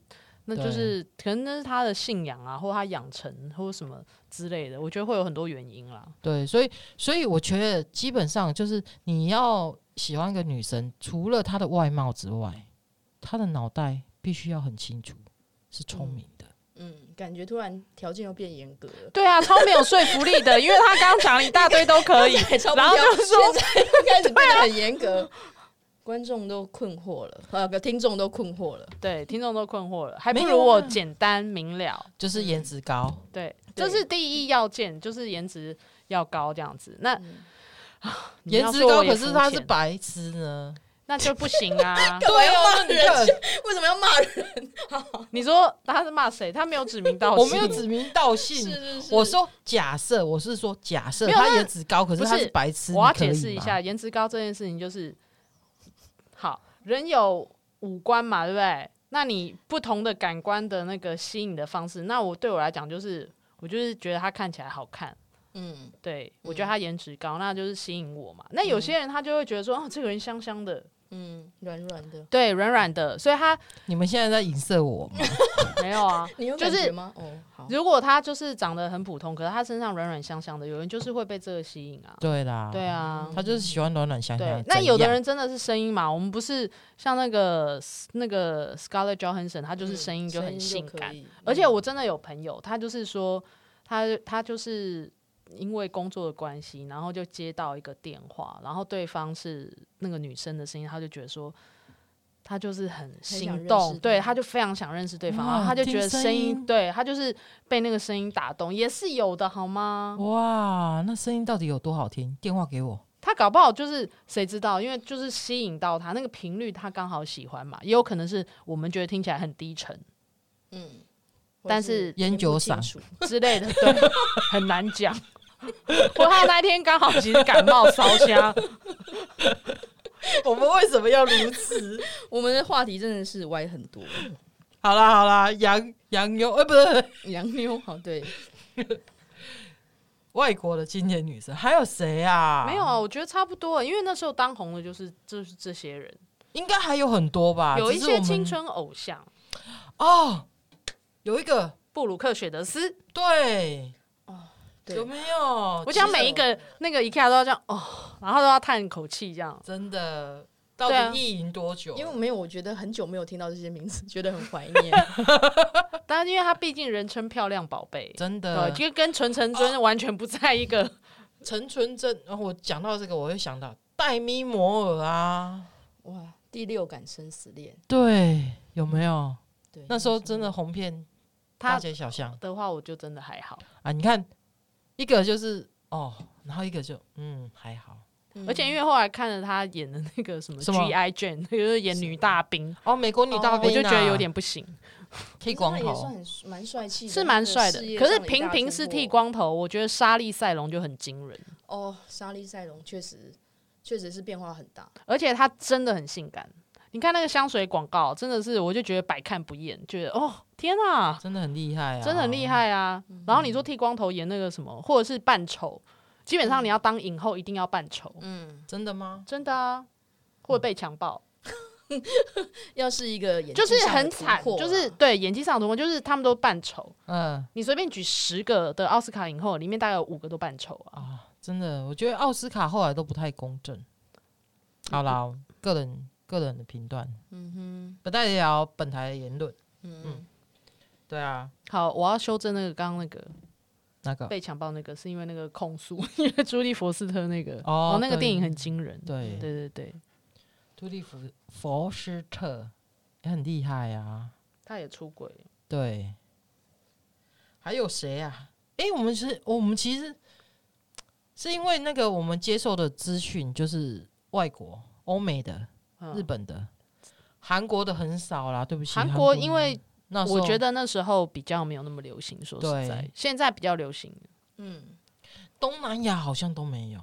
Speaker 4: 那就
Speaker 2: 对
Speaker 4: 是可能那是他的信仰啊，或他养成或什么之类的，我觉得会有很多原因啦。
Speaker 2: 对，所以所以我觉得基本上就是你要喜欢一个女生，除了她的外貌之外，她的脑袋必须要很清楚，是聪明的。
Speaker 5: 嗯，感觉突然条件又变严格 了。，
Speaker 4: 对啊，超没有说服力的，因为他刚刚讲了一大堆都 可以
Speaker 5: 还超不
Speaker 4: 然后
Speaker 5: 挑
Speaker 4: 就说啊
Speaker 5: 现在又开始 变得很严格，观众都困惑了，呃，个听众都困惑了。
Speaker 4: 对，听众都困惑了，还不
Speaker 2: 没
Speaker 4: 如
Speaker 2: 有啊
Speaker 4: 我简单明了。
Speaker 2: 就是颜值高，
Speaker 4: 对，
Speaker 5: 对
Speaker 4: 这是第一要件，就是颜值要高这样子。那
Speaker 5: 嗯。
Speaker 4: 你
Speaker 2: 颜
Speaker 4: 要
Speaker 2: 值
Speaker 4: 说
Speaker 2: 高，
Speaker 4: 我也
Speaker 2: 可是她
Speaker 4: 肤
Speaker 2: 是
Speaker 4: 浅
Speaker 2: 白痴呢？
Speaker 4: 那就不行 啊
Speaker 5: 干嘛要
Speaker 2: 那
Speaker 5: 骂
Speaker 2: 你看
Speaker 5: 人？ 为什么要骂人？
Speaker 4: 你说他是骂谁？他没有指名道姓，啊
Speaker 2: 我没有指名道姓，
Speaker 5: 是是
Speaker 2: 我说假设，我是说假设
Speaker 4: 没有
Speaker 2: 他
Speaker 4: 那
Speaker 2: 颜值高，可是
Speaker 4: 不
Speaker 2: 他
Speaker 4: 是
Speaker 2: 是白痴，
Speaker 4: 我要
Speaker 2: 你可以
Speaker 4: 解释一
Speaker 2: 吗
Speaker 4: 下，颜值高这件事情就是，好人有五官嘛，对不对？那你不同的感官的那个吸引的方式，那我对我来讲就是，我就是觉得他看起来好看，
Speaker 5: 嗯，
Speaker 4: 对我觉得他颜值高，那就是吸引我嘛。那有些人他就会觉得说，哦，这个人香香的，
Speaker 5: 嗯，软软的，
Speaker 4: 对，软软的，所以他
Speaker 2: 你们现在在影射我吗？
Speaker 4: 没有 啊。
Speaker 5: 你有感觉吗？哦，好，
Speaker 4: 如果他就是长得很普通，可是他身上软软香香的，有人就是会被这个吸引啊。
Speaker 2: 对啦，
Speaker 4: 对啊，
Speaker 2: 他就是喜欢暖暖香香
Speaker 4: 对
Speaker 2: 的。，
Speaker 4: 那
Speaker 2: 怎
Speaker 4: 有的
Speaker 2: 样
Speaker 4: 人真的是声音嘛，我们不是像那个那个 Scarlett Johansson，她就是嗯声音就很性感。
Speaker 5: 嗯声音就可以嗯
Speaker 4: 而且我真的有朋友，他就是说，他他就是因为工作的关系，然后就接到一个电话，然后对方是那个女生的声音，他就觉得说。他就是很
Speaker 5: 想
Speaker 4: 心
Speaker 5: 认
Speaker 4: 动
Speaker 5: 识，
Speaker 4: 嗯对，
Speaker 5: 她
Speaker 4: 他就非常想认识对方，
Speaker 2: 哇
Speaker 4: 然后他就
Speaker 2: 听
Speaker 4: 觉得声
Speaker 2: 声
Speaker 4: 音，
Speaker 2: 音
Speaker 4: 对他就是被那个声音打动，也是有的，好吗？
Speaker 2: 哇，那声音到底有多好听？电话给我。
Speaker 4: 他搞不好就是谁知道，因为就是吸引到他那个频率，他刚好喜欢嘛，也有可能是我们觉得听起来很低沉
Speaker 5: 嗯，
Speaker 4: 但是
Speaker 2: 烟酒嗓
Speaker 5: 听 不清楚
Speaker 4: 之类 的，对，很难讲。我他那一天刚好其实感冒烧香，
Speaker 2: 我们为什么要如此？
Speaker 5: 我们的话题真的是歪很多。
Speaker 2: 好啦好啦，洋洋妞，哎、不是
Speaker 5: 洋妞，好哦 对，
Speaker 2: 外国的经典女生，还有谁 啊？
Speaker 4: 没有，啊，我觉得差不多，因为那时候当红的就是就是这些人，
Speaker 2: 应该还有很多吧？
Speaker 4: 有一
Speaker 2: 啊只是我
Speaker 4: 些
Speaker 2: 们
Speaker 4: 青春偶像，
Speaker 2: 哦，有一个
Speaker 4: 布鲁克·雪德斯，
Speaker 2: 哦对，
Speaker 5: 对
Speaker 2: 有没有？
Speaker 4: 哦我想
Speaker 2: 其实
Speaker 4: 每一个那个一看都要这样哦，然后都要叹口气这样。
Speaker 2: 真的到
Speaker 4: 对啊
Speaker 2: 底意淫多久？
Speaker 5: 因为没有，我觉得很久没有听到这些名字，觉得很怀 念。
Speaker 4: 但因为他毕竟人称漂亮宝贝，
Speaker 2: 真
Speaker 4: 呃，
Speaker 2: 的，哦
Speaker 4: 就跟纯纯真完全不在一个。
Speaker 2: 陈纯真，然后我讲到这个，我会想到黛咪摩尔啊，
Speaker 5: 哇，第六感生死恋，
Speaker 2: 对，有没有？
Speaker 5: 对，
Speaker 2: 那时候真的红遍大
Speaker 4: 他
Speaker 2: 街小巷
Speaker 4: 的话，我就真的还好，
Speaker 2: 啊！你看，一个就是哦，然后一个就嗯还好
Speaker 5: 嗯，
Speaker 4: 而且因为后来看了他演的那个什么
Speaker 2: 什么
Speaker 4: G I Jane，就是 演女大兵，
Speaker 2: 哦，美国女大
Speaker 5: 哦
Speaker 2: 兵、
Speaker 4: 我就觉得有点不行，
Speaker 2: 剃光
Speaker 5: 可是他也算
Speaker 2: 头，
Speaker 5: 很帅蛮帅气的，
Speaker 4: 是蛮帅的
Speaker 5: 事。业
Speaker 4: 可
Speaker 5: 上
Speaker 4: 是
Speaker 5: 的一
Speaker 4: 平
Speaker 5: 大
Speaker 4: 平
Speaker 5: 突
Speaker 4: 是
Speaker 5: 破
Speaker 4: 剃光头，我觉得莎莉赛隆就很惊人，
Speaker 5: 哦，莎莉赛隆确实确实是变化很大，
Speaker 4: 而且她真的很性感。你看那个香水广告，真的是我就觉得百看不厌，觉得哦天啊，
Speaker 2: 真的很厉害啊，
Speaker 4: 真的很厉。害啊！
Speaker 5: 嗯
Speaker 4: 然后你说剃光头演那个什么，或者是扮丑，基本上你要当影后一定要扮丑，
Speaker 5: 嗯，
Speaker 2: 真的吗？
Speaker 4: 真的啊，或者被强暴，
Speaker 5: 要是一个演技
Speaker 4: 就是
Speaker 5: 上的
Speaker 4: 很
Speaker 5: 突
Speaker 4: 惨，
Speaker 5: 破啊
Speaker 4: 就是
Speaker 5: 啦
Speaker 4: 对演技上的突破，就是他们都扮丑。
Speaker 2: 嗯
Speaker 4: 你随便举十个的奥斯卡影后，里面大概有五个都扮丑啊。
Speaker 2: 啊，真的，我觉得奥斯卡后来都不太公正。好啦，个人个人的评断，嗯哼，不代表本台的言论。
Speaker 5: 嗯，
Speaker 2: 对啊，
Speaker 4: 好，我要修正那个刚刚那个
Speaker 2: 那个
Speaker 4: 被强暴那个，是因为那个控诉， 因为朱莉佛斯特那个
Speaker 2: 哦
Speaker 4: 哦，那个
Speaker 2: 对
Speaker 4: 电影很惊人。
Speaker 2: 对
Speaker 4: 对对对，
Speaker 2: 朱利弗佛斯特也很厉害啊。
Speaker 4: 他也出轨，
Speaker 2: 对，还有谁啊？诶，我们是，我们其实是因为那个我们接受的资讯就是外国、欧美的、
Speaker 4: 嗯
Speaker 2: 日本的、韩国的很少啦。对不起，
Speaker 4: 韩
Speaker 2: 韩
Speaker 4: 国因为
Speaker 2: 那时候
Speaker 4: 我觉得那时候比较没有那么流行，说
Speaker 2: 对
Speaker 4: 实在，现在比较流行。
Speaker 5: 嗯，
Speaker 2: 东南亚好像都没有。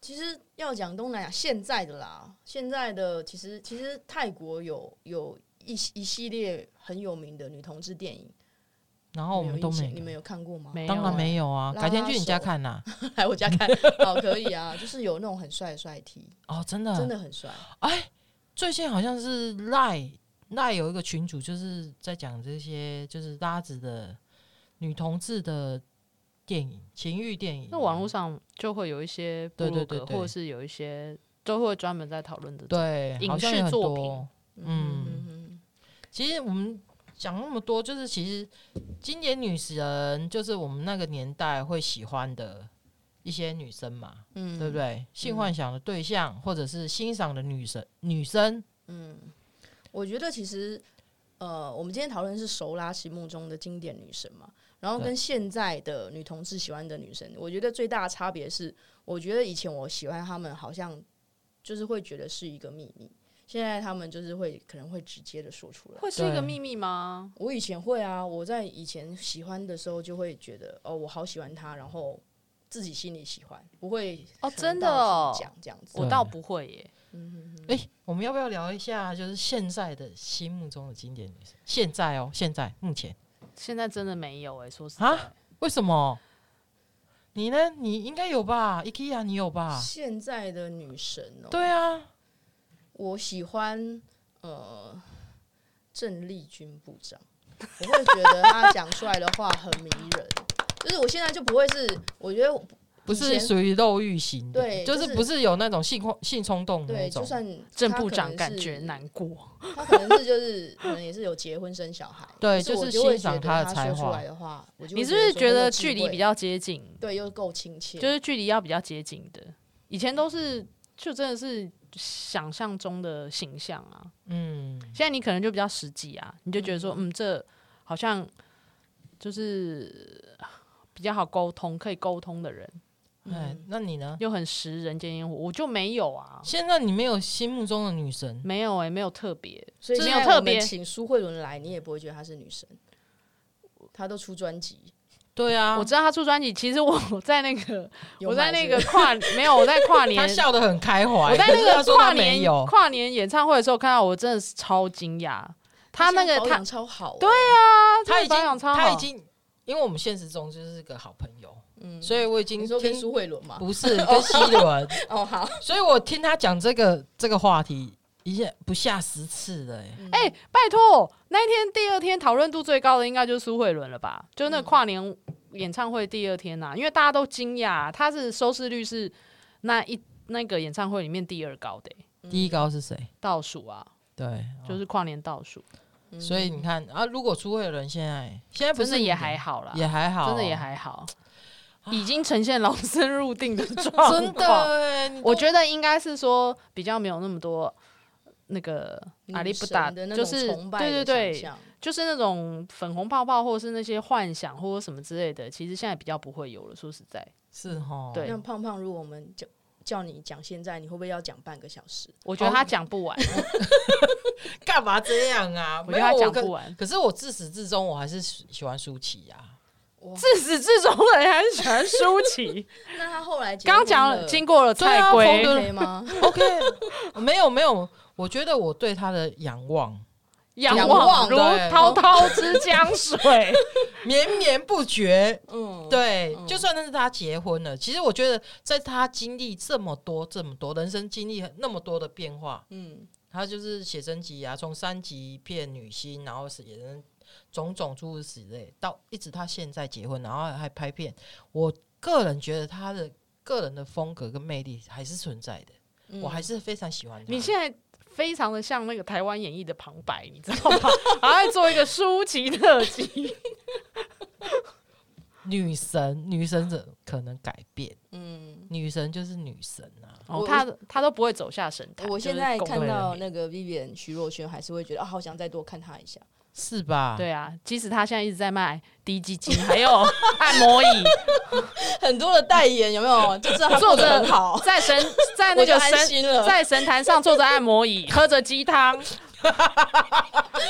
Speaker 5: 其实要讲东南亚现在的啦，现在的其实其实泰国有有一一系列很有名的女同志电影，
Speaker 2: 然
Speaker 4: 哦
Speaker 2: 后我
Speaker 5: 你
Speaker 2: 们
Speaker 5: 们
Speaker 2: 都
Speaker 5: 有印
Speaker 2: 没
Speaker 5: 象你们有看过吗？
Speaker 4: 没
Speaker 2: 当然
Speaker 4: 有
Speaker 2: 没有啊！
Speaker 5: 拉
Speaker 2: 改天
Speaker 5: 拉
Speaker 2: 去你家
Speaker 5: 手
Speaker 2: 看啊呐、
Speaker 5: 来我家 看，哦，可以啊，就是有那种很帅的帅 T，
Speaker 2: 哦，真的，
Speaker 5: 真。的很帅。
Speaker 2: 哎，最近好像是赖赖有一个群主，就是在讲这些就是拉子的女同志的电影、情欲电影。啊
Speaker 4: 那网络上就会有一些部
Speaker 2: 嗯对
Speaker 4: 落
Speaker 2: 对
Speaker 4: 格，
Speaker 2: 对对
Speaker 4: 或者是有一些都会专门在讨论的。，
Speaker 2: 对
Speaker 4: 影
Speaker 2: 好像
Speaker 4: 视
Speaker 2: 有很
Speaker 4: 作品
Speaker 2: 多
Speaker 5: 嗯
Speaker 2: 嗯
Speaker 5: 嗯嗯
Speaker 2: 其实我们讲那么多，就是其实经典女神就是我们那个年代会喜欢的一些女生嘛，
Speaker 5: 嗯
Speaker 2: 对不？对？性幻想的对象，或者是欣赏的女神女生。
Speaker 5: 我觉得其实，呃，我们今天讨论是熟拉心目中的经典女神嘛，然后
Speaker 2: 对
Speaker 5: 跟现在的女同志喜欢的女神，我觉得最大的差别是，我觉得以前我喜欢她们好像就是会觉得是一个秘密，现在她们就是会可能会直接的说出来。
Speaker 4: 会是一
Speaker 2: 对
Speaker 4: 个秘密吗？
Speaker 5: 我以前会啊，我在以前喜欢的时候就会觉得，哦，我好喜欢她，然后自己心里喜欢，不会
Speaker 4: 哦
Speaker 5: 可能
Speaker 4: 真的
Speaker 5: 到
Speaker 4: 哦
Speaker 5: 处讲这样子。
Speaker 4: 我倒不会耶。
Speaker 2: 哎、我们要不要聊一下，就是现在的心目中的经典女神？现在哦，现在目前。
Speaker 4: 现在真的没有哎、说实
Speaker 2: 啊
Speaker 4: 在，
Speaker 2: 为什么？你呢？你应该有吧？IKEA 你有吧？
Speaker 5: 现在的女神哦，
Speaker 2: 对啊，
Speaker 5: 我喜欢呃郑丽君部长，我会觉得她讲出来的话很迷人。 就是我现在就不会是，我觉得我
Speaker 2: 不
Speaker 5: 以
Speaker 2: 是
Speaker 5: 前
Speaker 2: 属于肉欲型的，
Speaker 5: 对
Speaker 2: 就
Speaker 5: 就是
Speaker 2: 不是有那种性控性冲动的
Speaker 5: 对，
Speaker 2: 那
Speaker 5: 就
Speaker 2: 种。
Speaker 5: 算
Speaker 4: 郑
Speaker 5: 她
Speaker 4: 部
Speaker 5: 可
Speaker 4: 长
Speaker 5: 能
Speaker 4: 感
Speaker 5: 是
Speaker 4: 觉难过。
Speaker 5: 她可能是就是可能也是有结婚生小孩，
Speaker 2: 对
Speaker 5: 可是
Speaker 2: 就
Speaker 5: 我
Speaker 2: 是
Speaker 5: 就会
Speaker 2: 欣赏
Speaker 5: 觉得
Speaker 2: 她的
Speaker 5: 她
Speaker 2: 才
Speaker 5: 说出
Speaker 2: 华
Speaker 5: 来的话，我就
Speaker 4: 你
Speaker 5: 会
Speaker 4: 是不是
Speaker 5: 说
Speaker 4: 觉
Speaker 5: 她
Speaker 4: 得
Speaker 5: 有
Speaker 4: 距
Speaker 5: 智
Speaker 4: 离
Speaker 5: 慧
Speaker 4: 比较接近？
Speaker 5: 对，又够亲切，
Speaker 4: 就是距离要比较接近的。以前都是就真的是想象中的形象啊，
Speaker 2: 嗯，
Speaker 4: 现在你可能就比较实际啊，你就觉得说，嗯，这好像就是比较好沟通，可以沟通的人，
Speaker 2: 哎，那你呢？
Speaker 4: 又很食人间烟火，我就没有啊，
Speaker 2: 现在你没有心目中的女神，
Speaker 4: 没有哎、没有特别，
Speaker 5: 所以
Speaker 4: 这没
Speaker 5: 现
Speaker 4: 有
Speaker 5: 在
Speaker 4: 特
Speaker 5: 我们
Speaker 4: 别
Speaker 5: 请苏慧伦来，你也不会觉得她是女神，她都出专辑，
Speaker 2: 对啊，
Speaker 4: 我知道他出专辑，其实我我 在那个
Speaker 5: 有
Speaker 4: 我在
Speaker 5: 买
Speaker 4: 那
Speaker 5: 是
Speaker 4: 个跨没有我在 跨
Speaker 2: 他
Speaker 4: 年。
Speaker 2: 笑得很开怀，
Speaker 4: 我在
Speaker 2: 哎可是他
Speaker 4: 那个
Speaker 2: 说他
Speaker 4: 跨
Speaker 2: 没
Speaker 4: 年
Speaker 2: 有，
Speaker 4: 跨年演唱会的时候看到，我真的是超惊讶。他那
Speaker 5: 现
Speaker 4: 个
Speaker 5: 在保
Speaker 4: 他
Speaker 5: 养超好欸，
Speaker 4: 对啊，
Speaker 2: 他已
Speaker 4: 保
Speaker 2: 经
Speaker 4: 养超
Speaker 2: 他
Speaker 4: 好
Speaker 2: 已经，因为我们现实中就是个好朋友，
Speaker 5: 嗯
Speaker 2: 所以我已经
Speaker 5: 你说跟啊
Speaker 2: 听
Speaker 5: 苏慧伦吗？
Speaker 2: 不是跟希伦，
Speaker 5: 哦， 好，
Speaker 2: 所以我听他讲这个这个话题一下不下十次了、欸，
Speaker 4: 哎、拜托，那一天第二天讨论度最高的应该就是苏慧伦了吧？就那跨年演唱会第二天呐、因为大家都惊讶，她是收视率是那一那个演唱会里面第二高的欸、
Speaker 2: 第一高是谁？
Speaker 4: 倒数啊，
Speaker 2: 对，
Speaker 4: 就是跨年倒数，
Speaker 2: 所以你看啊，如果出会的人现在现在不
Speaker 4: 嗯真的
Speaker 2: 是
Speaker 4: 也还好啦，
Speaker 2: 也还好，
Speaker 4: 真的也还好，已经呈现老僧入
Speaker 2: 哦
Speaker 4: 定的状况。
Speaker 2: 真的、欸，你都
Speaker 4: 我觉得应该是说比较没有那么多那个
Speaker 5: 女
Speaker 4: 阿里不
Speaker 5: 神
Speaker 4: 达，
Speaker 5: 的那
Speaker 4: 就
Speaker 5: 种
Speaker 4: 是
Speaker 5: 崇拜
Speaker 4: 对对
Speaker 5: 的
Speaker 4: 对
Speaker 5: 想，象
Speaker 4: 就是那种粉红泡泡或者是那些幻想或者什么之类的，其实现在比较不会有了。说实在，
Speaker 2: 是哦哈，
Speaker 4: 对
Speaker 5: 那胖胖，如果我们叫叫你讲现在，你会不会要讲半个小时？
Speaker 4: 我觉得他讲不完，
Speaker 2: 干嘛这样啊？
Speaker 4: 我
Speaker 2: 没
Speaker 4: 觉
Speaker 2: 有
Speaker 4: 得他讲
Speaker 2: 可
Speaker 4: 不 完。
Speaker 2: 可是我自始至终我还是喜喜欢舒淇啊呀。
Speaker 4: 自始至终的人还是喜欢舒 淇。
Speaker 5: 那他后来结
Speaker 4: 刚
Speaker 5: 婚
Speaker 4: 讲了，
Speaker 5: 了，
Speaker 4: 经过了
Speaker 2: 对
Speaker 4: 蔡
Speaker 2: 啊
Speaker 4: 圭
Speaker 2: 冯，德
Speaker 5: 可 以吗？
Speaker 2: OK，没有没有，我觉得我对她的仰望
Speaker 4: 仰
Speaker 5: 仰
Speaker 4: 望
Speaker 5: 望
Speaker 4: 如
Speaker 2: 对
Speaker 4: 滔滔之江水。
Speaker 2: 绵绵不绝。
Speaker 5: 嗯，
Speaker 2: 对，
Speaker 5: 嗯
Speaker 2: 就算那是她结婚了，其实我觉得在她经历这么多这么多人生经历那么多的变化，
Speaker 5: 嗯，
Speaker 2: 她就是写真集啊，从三级片女星，然后写真种种诸如此类，到一直她现在结婚，然后还拍片。我个人觉得她的个人的风格跟魅力还是存在的，
Speaker 5: 嗯
Speaker 2: 我还是非常喜欢她。
Speaker 4: 你现在非常的像那个台湾演绎的旁白，你知道吗？ 然后还做一个舒淇特辑，
Speaker 2: 女神，女神怎可能改变？
Speaker 5: 嗯。
Speaker 2: 女神就是女神啊！
Speaker 4: 哦
Speaker 5: 我
Speaker 4: 他他都不会走下神坛。
Speaker 5: 我现
Speaker 4: 就是
Speaker 5: 在
Speaker 4: 拱
Speaker 5: 看
Speaker 4: 了
Speaker 5: 到
Speaker 4: 你
Speaker 5: 那个 Vivian 徐若瑄，还是会觉得啊，好想再多看她一下。
Speaker 2: 是吧？，
Speaker 4: 对啊，即使他现在一直在卖低基金， 还有按 摩椅，
Speaker 5: 很多的代言有没有？就知道她
Speaker 4: 坐
Speaker 5: 做的
Speaker 4: 着
Speaker 5: 很好，
Speaker 4: 在神在
Speaker 5: 我
Speaker 4: 那
Speaker 5: 就
Speaker 4: 个
Speaker 5: 安
Speaker 4: 神
Speaker 5: 心了。
Speaker 4: 在神坛上坐着按摩椅，喝着鸡 汤，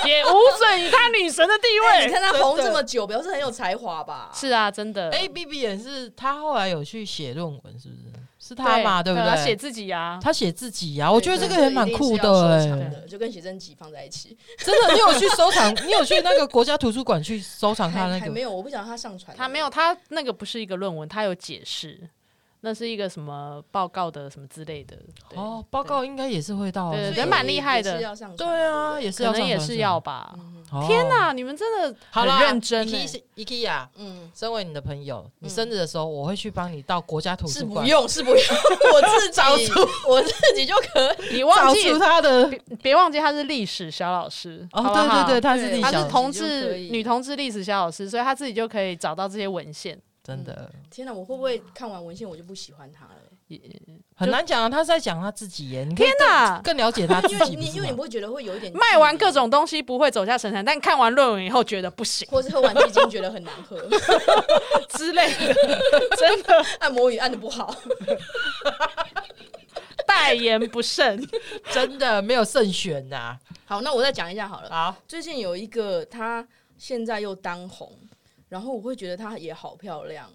Speaker 4: 也无损于他女神的
Speaker 5: 哎
Speaker 4: 地
Speaker 5: 你
Speaker 4: 位。
Speaker 5: 看她红
Speaker 2: 真的
Speaker 5: 这么久，表示很有才华吧？
Speaker 4: 是啊，真的。
Speaker 2: 哎，B B 也是，她后来有去写论文，是不是？是她嘛，对不
Speaker 4: 他写
Speaker 2: 对？
Speaker 4: 自己啊，
Speaker 2: 她写自己呀，我觉得这
Speaker 5: 对
Speaker 2: 个也蛮酷的
Speaker 5: 一定是要收藏
Speaker 2: 哎，
Speaker 5: 的就跟写真集放在一起。
Speaker 2: 真的，你有去收藏？你有去那个国家图书馆去收藏她
Speaker 5: 还
Speaker 2: 啊那
Speaker 5: 还
Speaker 2: 个
Speaker 5: 没？有，我不想她上传。
Speaker 4: 他没有，他那个不是一个论文，他有解释，那是一个什么报告的什么之类的。对
Speaker 2: 哦，报告应该也是会到啊，
Speaker 4: 对
Speaker 5: 所以
Speaker 4: 人蛮厉害的
Speaker 5: 也是要上传嗯
Speaker 2: 对啊，也是
Speaker 4: 可
Speaker 2: 要
Speaker 4: 能
Speaker 2: 上
Speaker 4: 也
Speaker 2: 传
Speaker 4: 是
Speaker 2: 吧
Speaker 4: 要吧。
Speaker 2: 哦
Speaker 4: 天哪，你们真的
Speaker 2: 好
Speaker 4: 很
Speaker 2: 啦
Speaker 4: 认真欸
Speaker 2: IKEA IKEA，
Speaker 5: 嗯，
Speaker 2: 身为你的朋友，你生日的时候我会去帮你到国家图
Speaker 5: 是
Speaker 2: 书
Speaker 5: 不
Speaker 2: 馆
Speaker 5: 用，是不用， 我自己
Speaker 2: 找出
Speaker 5: 我自己就可以。
Speaker 4: 欸你
Speaker 2: 找
Speaker 4: 忘记
Speaker 2: 出他的
Speaker 4: 别忘记他是历史小老师
Speaker 2: 哦，
Speaker 4: 好不好
Speaker 2: 对对对，他是
Speaker 5: 对
Speaker 2: 理
Speaker 4: 他
Speaker 2: 想
Speaker 4: 是
Speaker 2: 的，
Speaker 4: 同
Speaker 5: 自己就可
Speaker 4: 志
Speaker 5: 以
Speaker 4: 女同志历史小老师，所以他自己就可以找到这些文献。
Speaker 2: 真的
Speaker 4: 嗯
Speaker 5: 天哪，我会不会看完文献我就不喜欢他了？
Speaker 2: 很难讲啊。他是在讲他自己耶，你可以
Speaker 4: 天哪！
Speaker 2: 更了解他自
Speaker 5: 因 为
Speaker 2: 己，不
Speaker 5: 你
Speaker 2: 是
Speaker 5: 因为你
Speaker 2: 吗？
Speaker 5: 不会觉得会有一点
Speaker 4: 卖完各，种东西不会走下神坛，但看完论文以后觉得不行
Speaker 5: 或是喝完鸡精觉得很难喝，
Speaker 4: 之类的，真的
Speaker 5: 按摩椅按的不好，
Speaker 4: 代言不慎。
Speaker 2: 真的没有慎选呐。
Speaker 5: 好，那我再讲一下好了。
Speaker 2: 好，
Speaker 5: 最近有一个，她现在又当红，然后我会觉得她也好漂亮。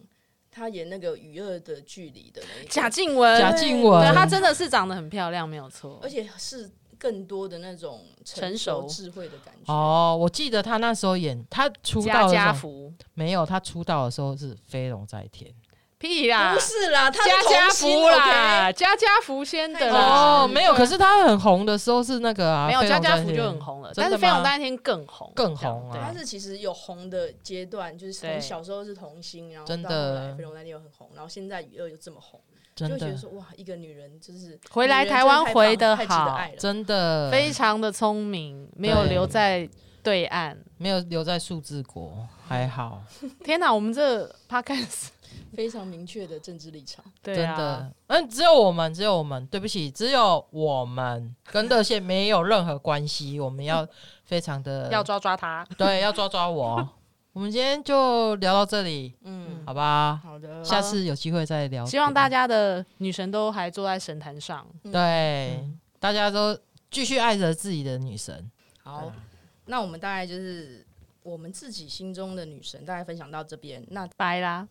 Speaker 5: 她演那个《与恶的距离》的那一个
Speaker 4: 贾静雯，
Speaker 2: 贾静雯
Speaker 4: 哎对她真的是长得很漂亮，没有错
Speaker 5: 而。且是更多的那种
Speaker 4: 成
Speaker 5: 熟
Speaker 4: 熟
Speaker 5: 智慧的感觉。
Speaker 2: 哦，我记得他那时候演他出
Speaker 4: 家
Speaker 2: 道的
Speaker 4: 家
Speaker 2: 时候，
Speaker 4: 福
Speaker 2: 没有他出道的时候是飞龙在天
Speaker 4: 屁啦
Speaker 5: 不，是啦，她
Speaker 4: 啊家
Speaker 5: 是
Speaker 4: 家
Speaker 5: 童星
Speaker 4: 福啦，家家福先的啦。
Speaker 2: 哦，
Speaker 5: 嗯
Speaker 2: 没有，可是他很红的时候是那个啊，
Speaker 4: 没有
Speaker 2: 飞
Speaker 4: 家
Speaker 2: 龙在
Speaker 4: 家
Speaker 2: 天
Speaker 4: 福就很红了，
Speaker 2: 真
Speaker 4: 但
Speaker 2: 的
Speaker 4: 是
Speaker 2: 吗
Speaker 4: 飞龙在天更红，
Speaker 2: 更红啊
Speaker 4: 这样
Speaker 5: 她
Speaker 4: 对
Speaker 5: 是其实有红的阶段，就是
Speaker 4: 对
Speaker 5: 从小时候是童星，然后
Speaker 2: 真的
Speaker 5: 到后来飞龙在天又很红，然后现在娱乐又这么红，就
Speaker 2: 真
Speaker 5: 会觉得
Speaker 2: 的
Speaker 5: 说哇，一个女人就是
Speaker 4: 回来
Speaker 5: 女人
Speaker 4: 台湾
Speaker 5: 真的太棒
Speaker 4: 回得
Speaker 5: 太值得
Speaker 4: 好
Speaker 5: 爱了。
Speaker 2: 真的
Speaker 4: 非常的聪明，没有
Speaker 2: 对
Speaker 4: 留在对岸。
Speaker 2: 没有留在数字国，还好，
Speaker 4: 天哪，我们这 podcast
Speaker 5: 非常明确的政治立场，
Speaker 4: 对
Speaker 2: 真
Speaker 4: 啊，
Speaker 2: 的。嗯，只有我们，只有我们，对不起，只有我们跟热线没有任何关系，我们要非常的
Speaker 4: 要抓抓他。
Speaker 2: 对，要抓抓我。我们今天就聊到这里，
Speaker 5: 嗯，
Speaker 2: 好吧？
Speaker 5: 好的，
Speaker 2: 下次有机会再聊。
Speaker 4: 希望大家的女神都还坐在神坛上。
Speaker 2: 对、
Speaker 4: 嗯
Speaker 2: 大家都继续爱着自己的女神。
Speaker 4: 啊
Speaker 5: 好，那我们大概就是我们自己心中的女神，大概分享到这边，那
Speaker 4: 拜啦，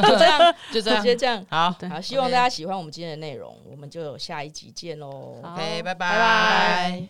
Speaker 5: 就这样，
Speaker 2: 就这
Speaker 5: 直
Speaker 2: 样，
Speaker 5: 接这样。
Speaker 2: 好
Speaker 4: 对
Speaker 5: 好，希望大家喜欢我们今天的内容，我们就有下一集见喽。
Speaker 4: 好
Speaker 2: ，OK，拜
Speaker 4: 拜
Speaker 2: 拜